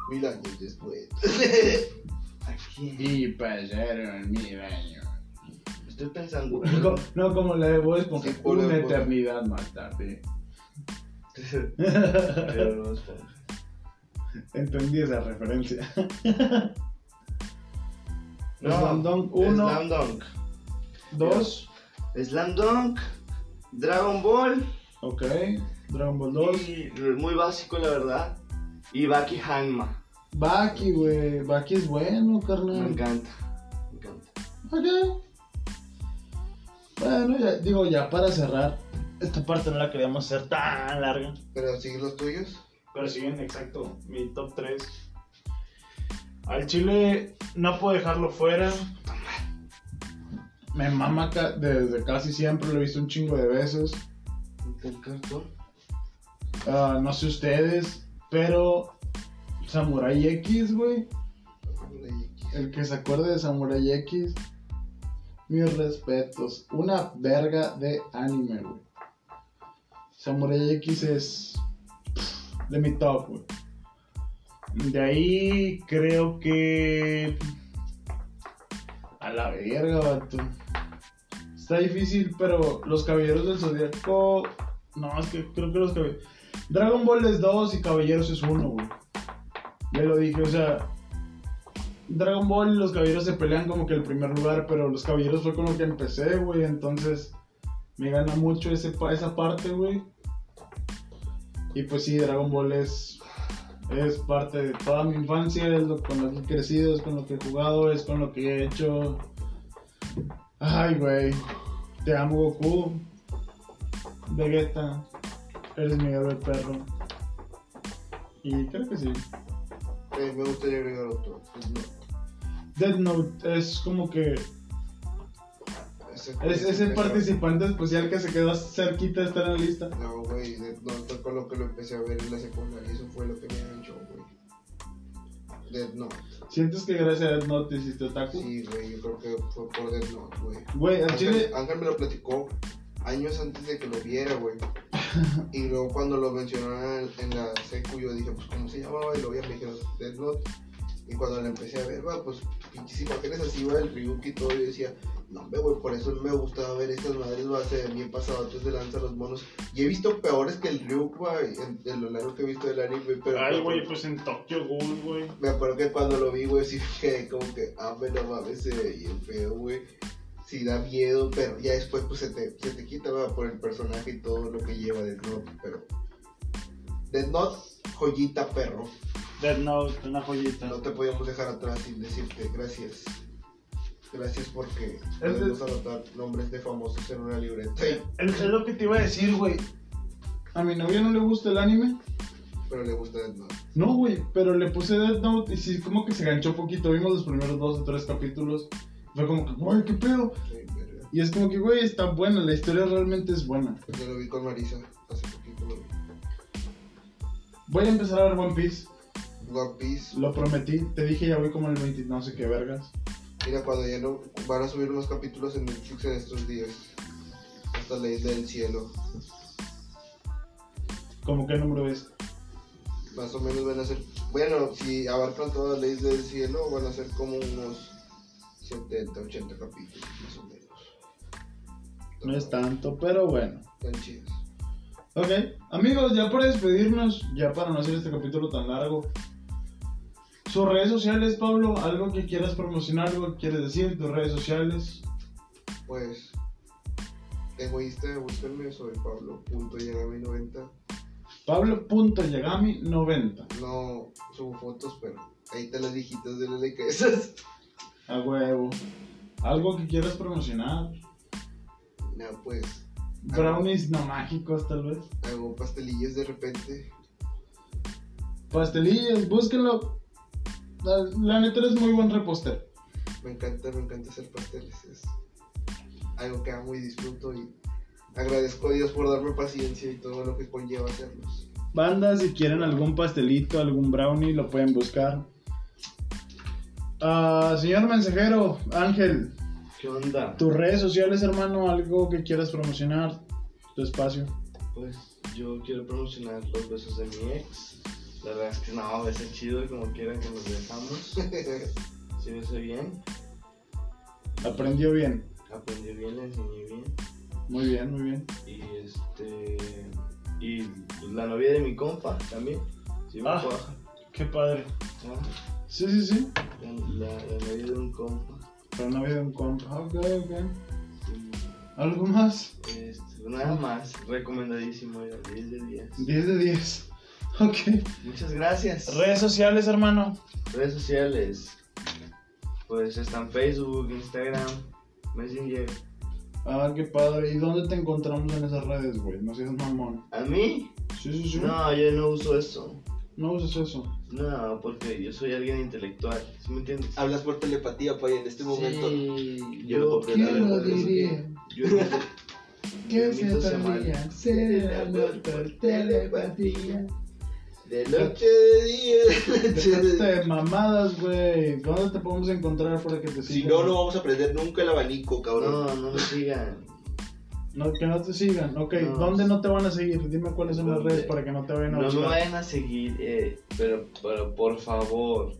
[SPEAKER 2] mil años después.
[SPEAKER 3] ¿A quién?
[SPEAKER 1] y pasaron mi baño.
[SPEAKER 3] Estoy pensando.
[SPEAKER 1] No, como la de Bob Esponja,
[SPEAKER 2] Sí, por la
[SPEAKER 1] una
[SPEAKER 2] de Bob.
[SPEAKER 1] eternidad más tarde.
[SPEAKER 3] Pero no es bueno.
[SPEAKER 1] Entendí esa referencia.
[SPEAKER 3] No,
[SPEAKER 1] Slam Dunk uno.
[SPEAKER 3] Slam Dunk.
[SPEAKER 1] Dos,
[SPEAKER 3] Slam Dunk, Dragon Ball.
[SPEAKER 1] ok, Dragon Ball 2.
[SPEAKER 3] y muy básico, la verdad. Y Baki Hanma.
[SPEAKER 1] Baki, güey, Baki es bueno,
[SPEAKER 3] Me
[SPEAKER 1] carnal.
[SPEAKER 3] encanta. Me encanta.
[SPEAKER 1] Ok. Bueno, ya, digo, ya para cerrar, esta parte no la queríamos hacer tan larga.
[SPEAKER 2] Pero siguen los tuyos.
[SPEAKER 8] Pero siguen, exacto, mi top 3. Al Chile no puedo dejarlo fuera.
[SPEAKER 1] Me mama ca- desde casi siempre, lo he visto un chingo de veces.
[SPEAKER 3] El cartón.
[SPEAKER 1] Ah, no sé ustedes, pero Samurai X, güey. El que se acuerde de Samurai X, mis respetos. Una verga de anime, güey. Samurai X es pff, de mi top, güey. De ahí creo que. A la verga, vato. Está difícil, pero los caballeros del zodiaco. No, es que creo que los caballeros. Dragon Ball es 2 y Caballeros es 1, güey. Ya lo dije, o sea, Dragon Ball los caballeros se pelean como que el primer lugar, pero los caballeros fue con lo que empecé, güey, entonces me gana mucho ese, pa- esa parte, güey. Y pues sí, Dragon Ball es, es parte de toda mi infancia, es lo, con lo que he crecido, es con lo que he jugado, es con lo que he hecho. Ay, güey, te amo Goku, Vegeta, eres mi héroe perro. Y creo que sí.
[SPEAKER 2] Eh, me gustaría agregar otro. pues
[SPEAKER 1] Death Note es como que
[SPEAKER 2] Ese,
[SPEAKER 1] es, es el participante especial que se quedó cerquita de estar en la lista.
[SPEAKER 2] No, güey, de- no fue con lo que lo empecé a ver en la secundaria, eso fue lo que me enganchó, güey. Dead Note.
[SPEAKER 1] ¿Sientes que gracias a Death Note te hiciste otaku?
[SPEAKER 2] Sí, güey, yo creo que fue por Dead Note, güey.
[SPEAKER 1] Güey, al
[SPEAKER 2] Ángel,
[SPEAKER 1] chile,
[SPEAKER 2] Ángel me lo platicó años antes de que lo viera, güey. Y luego cuando lo mencionaron en la secu, yo dije, pues, ¿cómo se llamaba? Y luego ya me dijeron Death Note. Y cuando lo empecé a ver, va, pues, pinches imágenes así, va, el Ryuki y todo. Y yo decía, no, hombre, güey, por eso me gustaba ver estas madres, va, se ven bien pasado antes de lanzar los monos. Y he visto peores que el Ryuk, va, en- de lo largo que he visto del anime. Pero
[SPEAKER 8] Ay, güey, pues en Tokyo Ghoul, güey.
[SPEAKER 2] me acuerdo que cuando lo vi, güey, sí que como que, ah, me lo mames, se ve bien feo, güey. Sí da miedo, pero ya después pues se te, se te quita, va, por el personaje y todo lo que lleva de Note, pero... Death Note, joyita, perro.
[SPEAKER 8] Dead Note, una joyita.
[SPEAKER 2] No te podíamos dejar atrás sin decirte gracias. Gracias porque
[SPEAKER 8] de-
[SPEAKER 2] podemos anotar nombres de famosos en una libreta, y-
[SPEAKER 8] Es, es lo que te iba a decir, güey.
[SPEAKER 1] a mi novia no le gusta el anime.
[SPEAKER 2] pero le gusta Death Note.
[SPEAKER 1] No, güey, pero le puse Death Note y sí, como que se ganchó poquito. Vimos los primeros dos o tres capítulos. Fue como que, güey, qué pedo.
[SPEAKER 2] Sí, verga. Pues
[SPEAKER 1] Y es como que, güey, está buena, la historia realmente es buena.
[SPEAKER 2] Yo lo vi con Marisa hace poquito, lo vi.
[SPEAKER 1] Voy a empezar a ver One Piece.
[SPEAKER 2] One Piece,
[SPEAKER 1] Lo prometí, te dije ya voy como en el 20, no sé qué vergas.
[SPEAKER 2] Mira, cuando ya no van a subir unos capítulos en Netflix en estos días. Hasta la isla del cielo.
[SPEAKER 1] ¿Cómo qué número es?
[SPEAKER 2] Más o menos van a ser. Bueno, si abarcan toda la isla del cielo, van a ser como unos 70, 80 capítulos, más o menos.
[SPEAKER 1] No es tanto, pero bueno.
[SPEAKER 2] Tan chidos.
[SPEAKER 1] Ok, amigos, ya para despedirnos, ya para no hacer este capítulo tan largo. Sus redes sociales, Pablo, algo que quieras promocionar, algo que quieres decir, tus redes sociales.
[SPEAKER 2] Pues, tengo Instagram, búsquenme, soy Pablo.llanami90.
[SPEAKER 1] Pablo.yagami90.
[SPEAKER 2] No subo fotos, pero ahí están las viejitas de las esas.
[SPEAKER 1] A huevo. Algo que quieras promocionar.
[SPEAKER 2] No, pues,
[SPEAKER 1] Brownies no mágicos, tal vez.
[SPEAKER 2] hago pastelillas de repente.
[SPEAKER 1] Pastelillas, búsquenlo. La, la neta es muy buen repostero.
[SPEAKER 2] Me encanta, me encanta hacer pasteles. Es algo que amo y disfruto y agradezco a Dios por darme paciencia y todo lo que conlleva hacerlos.
[SPEAKER 1] Banda, si quieren algún pastelito, algún brownie, lo pueden buscar. Ah, señor mensajero, Ángel,
[SPEAKER 3] ¿Qué onda?
[SPEAKER 1] tus redes sociales, hermano, algo que quieras promocionar, tu espacio.
[SPEAKER 3] Pues yo quiero promocionar los besos de mi ex. La verdad es que no, besos chido como quiera que nos dejamos. Si me hice bien,
[SPEAKER 1] Aprendió bien.
[SPEAKER 3] aprendí bien, le enseñé bien.
[SPEAKER 1] Muy bien, muy bien.
[SPEAKER 3] Y este. Y pues, la novia de mi compa también. Sí, me
[SPEAKER 1] Ah.
[SPEAKER 3] cuaja.
[SPEAKER 1] Qué padre.
[SPEAKER 3] Ah,
[SPEAKER 1] Sí, sí, sí.
[SPEAKER 3] La, la- la novia de un compa.
[SPEAKER 1] Pero no había un compa. Ah, Ok, ok.
[SPEAKER 3] Sí.
[SPEAKER 1] ¿Algo más?
[SPEAKER 3] Este, nada más, recomendadísimo, ya, 10 de 10.
[SPEAKER 1] 10 de 10. Ok.
[SPEAKER 3] Muchas gracias.
[SPEAKER 1] Redes sociales, hermano.
[SPEAKER 3] Redes sociales. Pues están Facebook, Instagram, Messenger.
[SPEAKER 1] Ah, qué padre. ¿Y dónde te encontramos en esas redes, güey? No seas mamón.
[SPEAKER 3] ¿A mí?
[SPEAKER 1] Sí, sí, sí.
[SPEAKER 3] No, yo no uso eso.
[SPEAKER 1] No uses eso.
[SPEAKER 3] No, porque yo soy alguien intelectual. ¿Sí me entiendes?
[SPEAKER 2] Hablas por telepatía, Pay, en este momento.
[SPEAKER 3] Sí,
[SPEAKER 2] Yo lo
[SPEAKER 3] yo,
[SPEAKER 2] compré, la
[SPEAKER 3] yo-
[SPEAKER 2] verdad, es que-
[SPEAKER 3] yo- yo me hizo mal.
[SPEAKER 1] telepatía.
[SPEAKER 2] De noche de día, de noche de día.
[SPEAKER 1] Déjate mamadas, güey. ¿Dónde te podemos encontrar para que te
[SPEAKER 2] Si
[SPEAKER 1] sigan?
[SPEAKER 2] no, no vamos a aprender nunca el abanico, cabrón.
[SPEAKER 3] No, no me sigan.
[SPEAKER 1] No, Que no te sigan. Ok,
[SPEAKER 3] No.
[SPEAKER 1] ¿dónde no te van a seguir? Dime cuáles son las
[SPEAKER 3] ¿Dónde?
[SPEAKER 1] redes para que no te vayan a
[SPEAKER 3] No me
[SPEAKER 1] buscar.
[SPEAKER 3] vayan a seguir, eh, pero, pero por favor,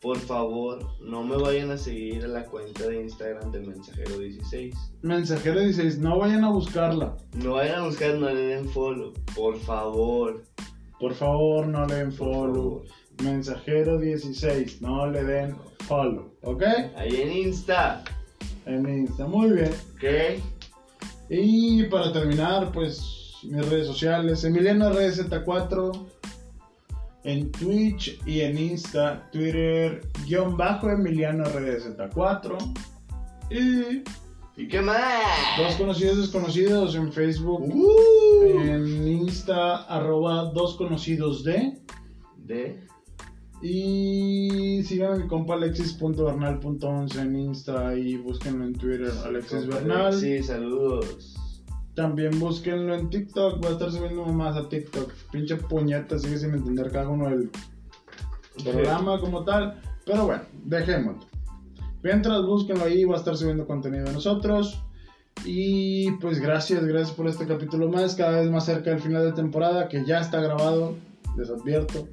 [SPEAKER 3] por favor, no me vayan a seguir a la cuenta de Instagram de Mensajero16.
[SPEAKER 1] Mensajero 16, no vayan a buscarla.
[SPEAKER 3] No vayan a buscar, no le den follow, por favor.
[SPEAKER 1] Por favor, no le den
[SPEAKER 3] por
[SPEAKER 1] follow.
[SPEAKER 3] favor.
[SPEAKER 1] Mensajero 16, no le den follow. ¿Ok?
[SPEAKER 3] Ahí en Insta,
[SPEAKER 1] En Insta, muy bien.
[SPEAKER 3] ¿ok?
[SPEAKER 1] Y para terminar, pues mis redes sociales, Emiliano RZ4 en Twitch y en Insta, Twitter, guión bajo Emiliano RZ4 y
[SPEAKER 3] ¿Y qué más?
[SPEAKER 1] Dos Conocidos Desconocidos en Facebook,
[SPEAKER 3] Uh.
[SPEAKER 1] en Insta, arroba Dos Conocidos de
[SPEAKER 3] De
[SPEAKER 1] y sigan a mi compa alexis.bernal.11 en Insta y búsquenlo en Twitter, Alexis Bernal.
[SPEAKER 3] Sí, saludos.
[SPEAKER 1] También búsquenlo en TikTok, voy a estar subiendo más a TikTok. Pinche puñeta, sigue sin entender cada uno del programa como tal. Pero bueno, dejémoslo. Mientras búsquenlo ahí, va a estar subiendo contenido de nosotros. Y pues gracias, gracias por este capítulo más, cada vez más cerca del final de temporada, que ya está grabado, les advierto.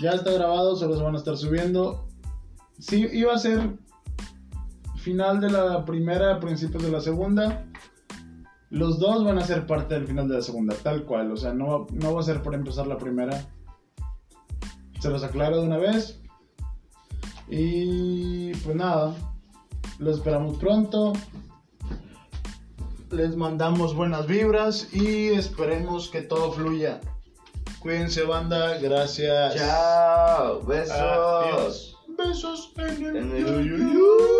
[SPEAKER 1] Ya está grabado, se los van a estar subiendo. Sí, iba a ser final de la primera, principios de la segunda. Los dos van a ser parte del final de la segunda, tal cual. O sea, no, no va a ser por empezar la primera. Se los aclaro de una vez. Y pues nada, lo esperamos pronto. Les mandamos buenas vibras y esperemos que todo fluya. Cuídense banda, gracias.
[SPEAKER 3] Chao, besos.
[SPEAKER 1] Besos en el,
[SPEAKER 3] En el
[SPEAKER 1] yuyu.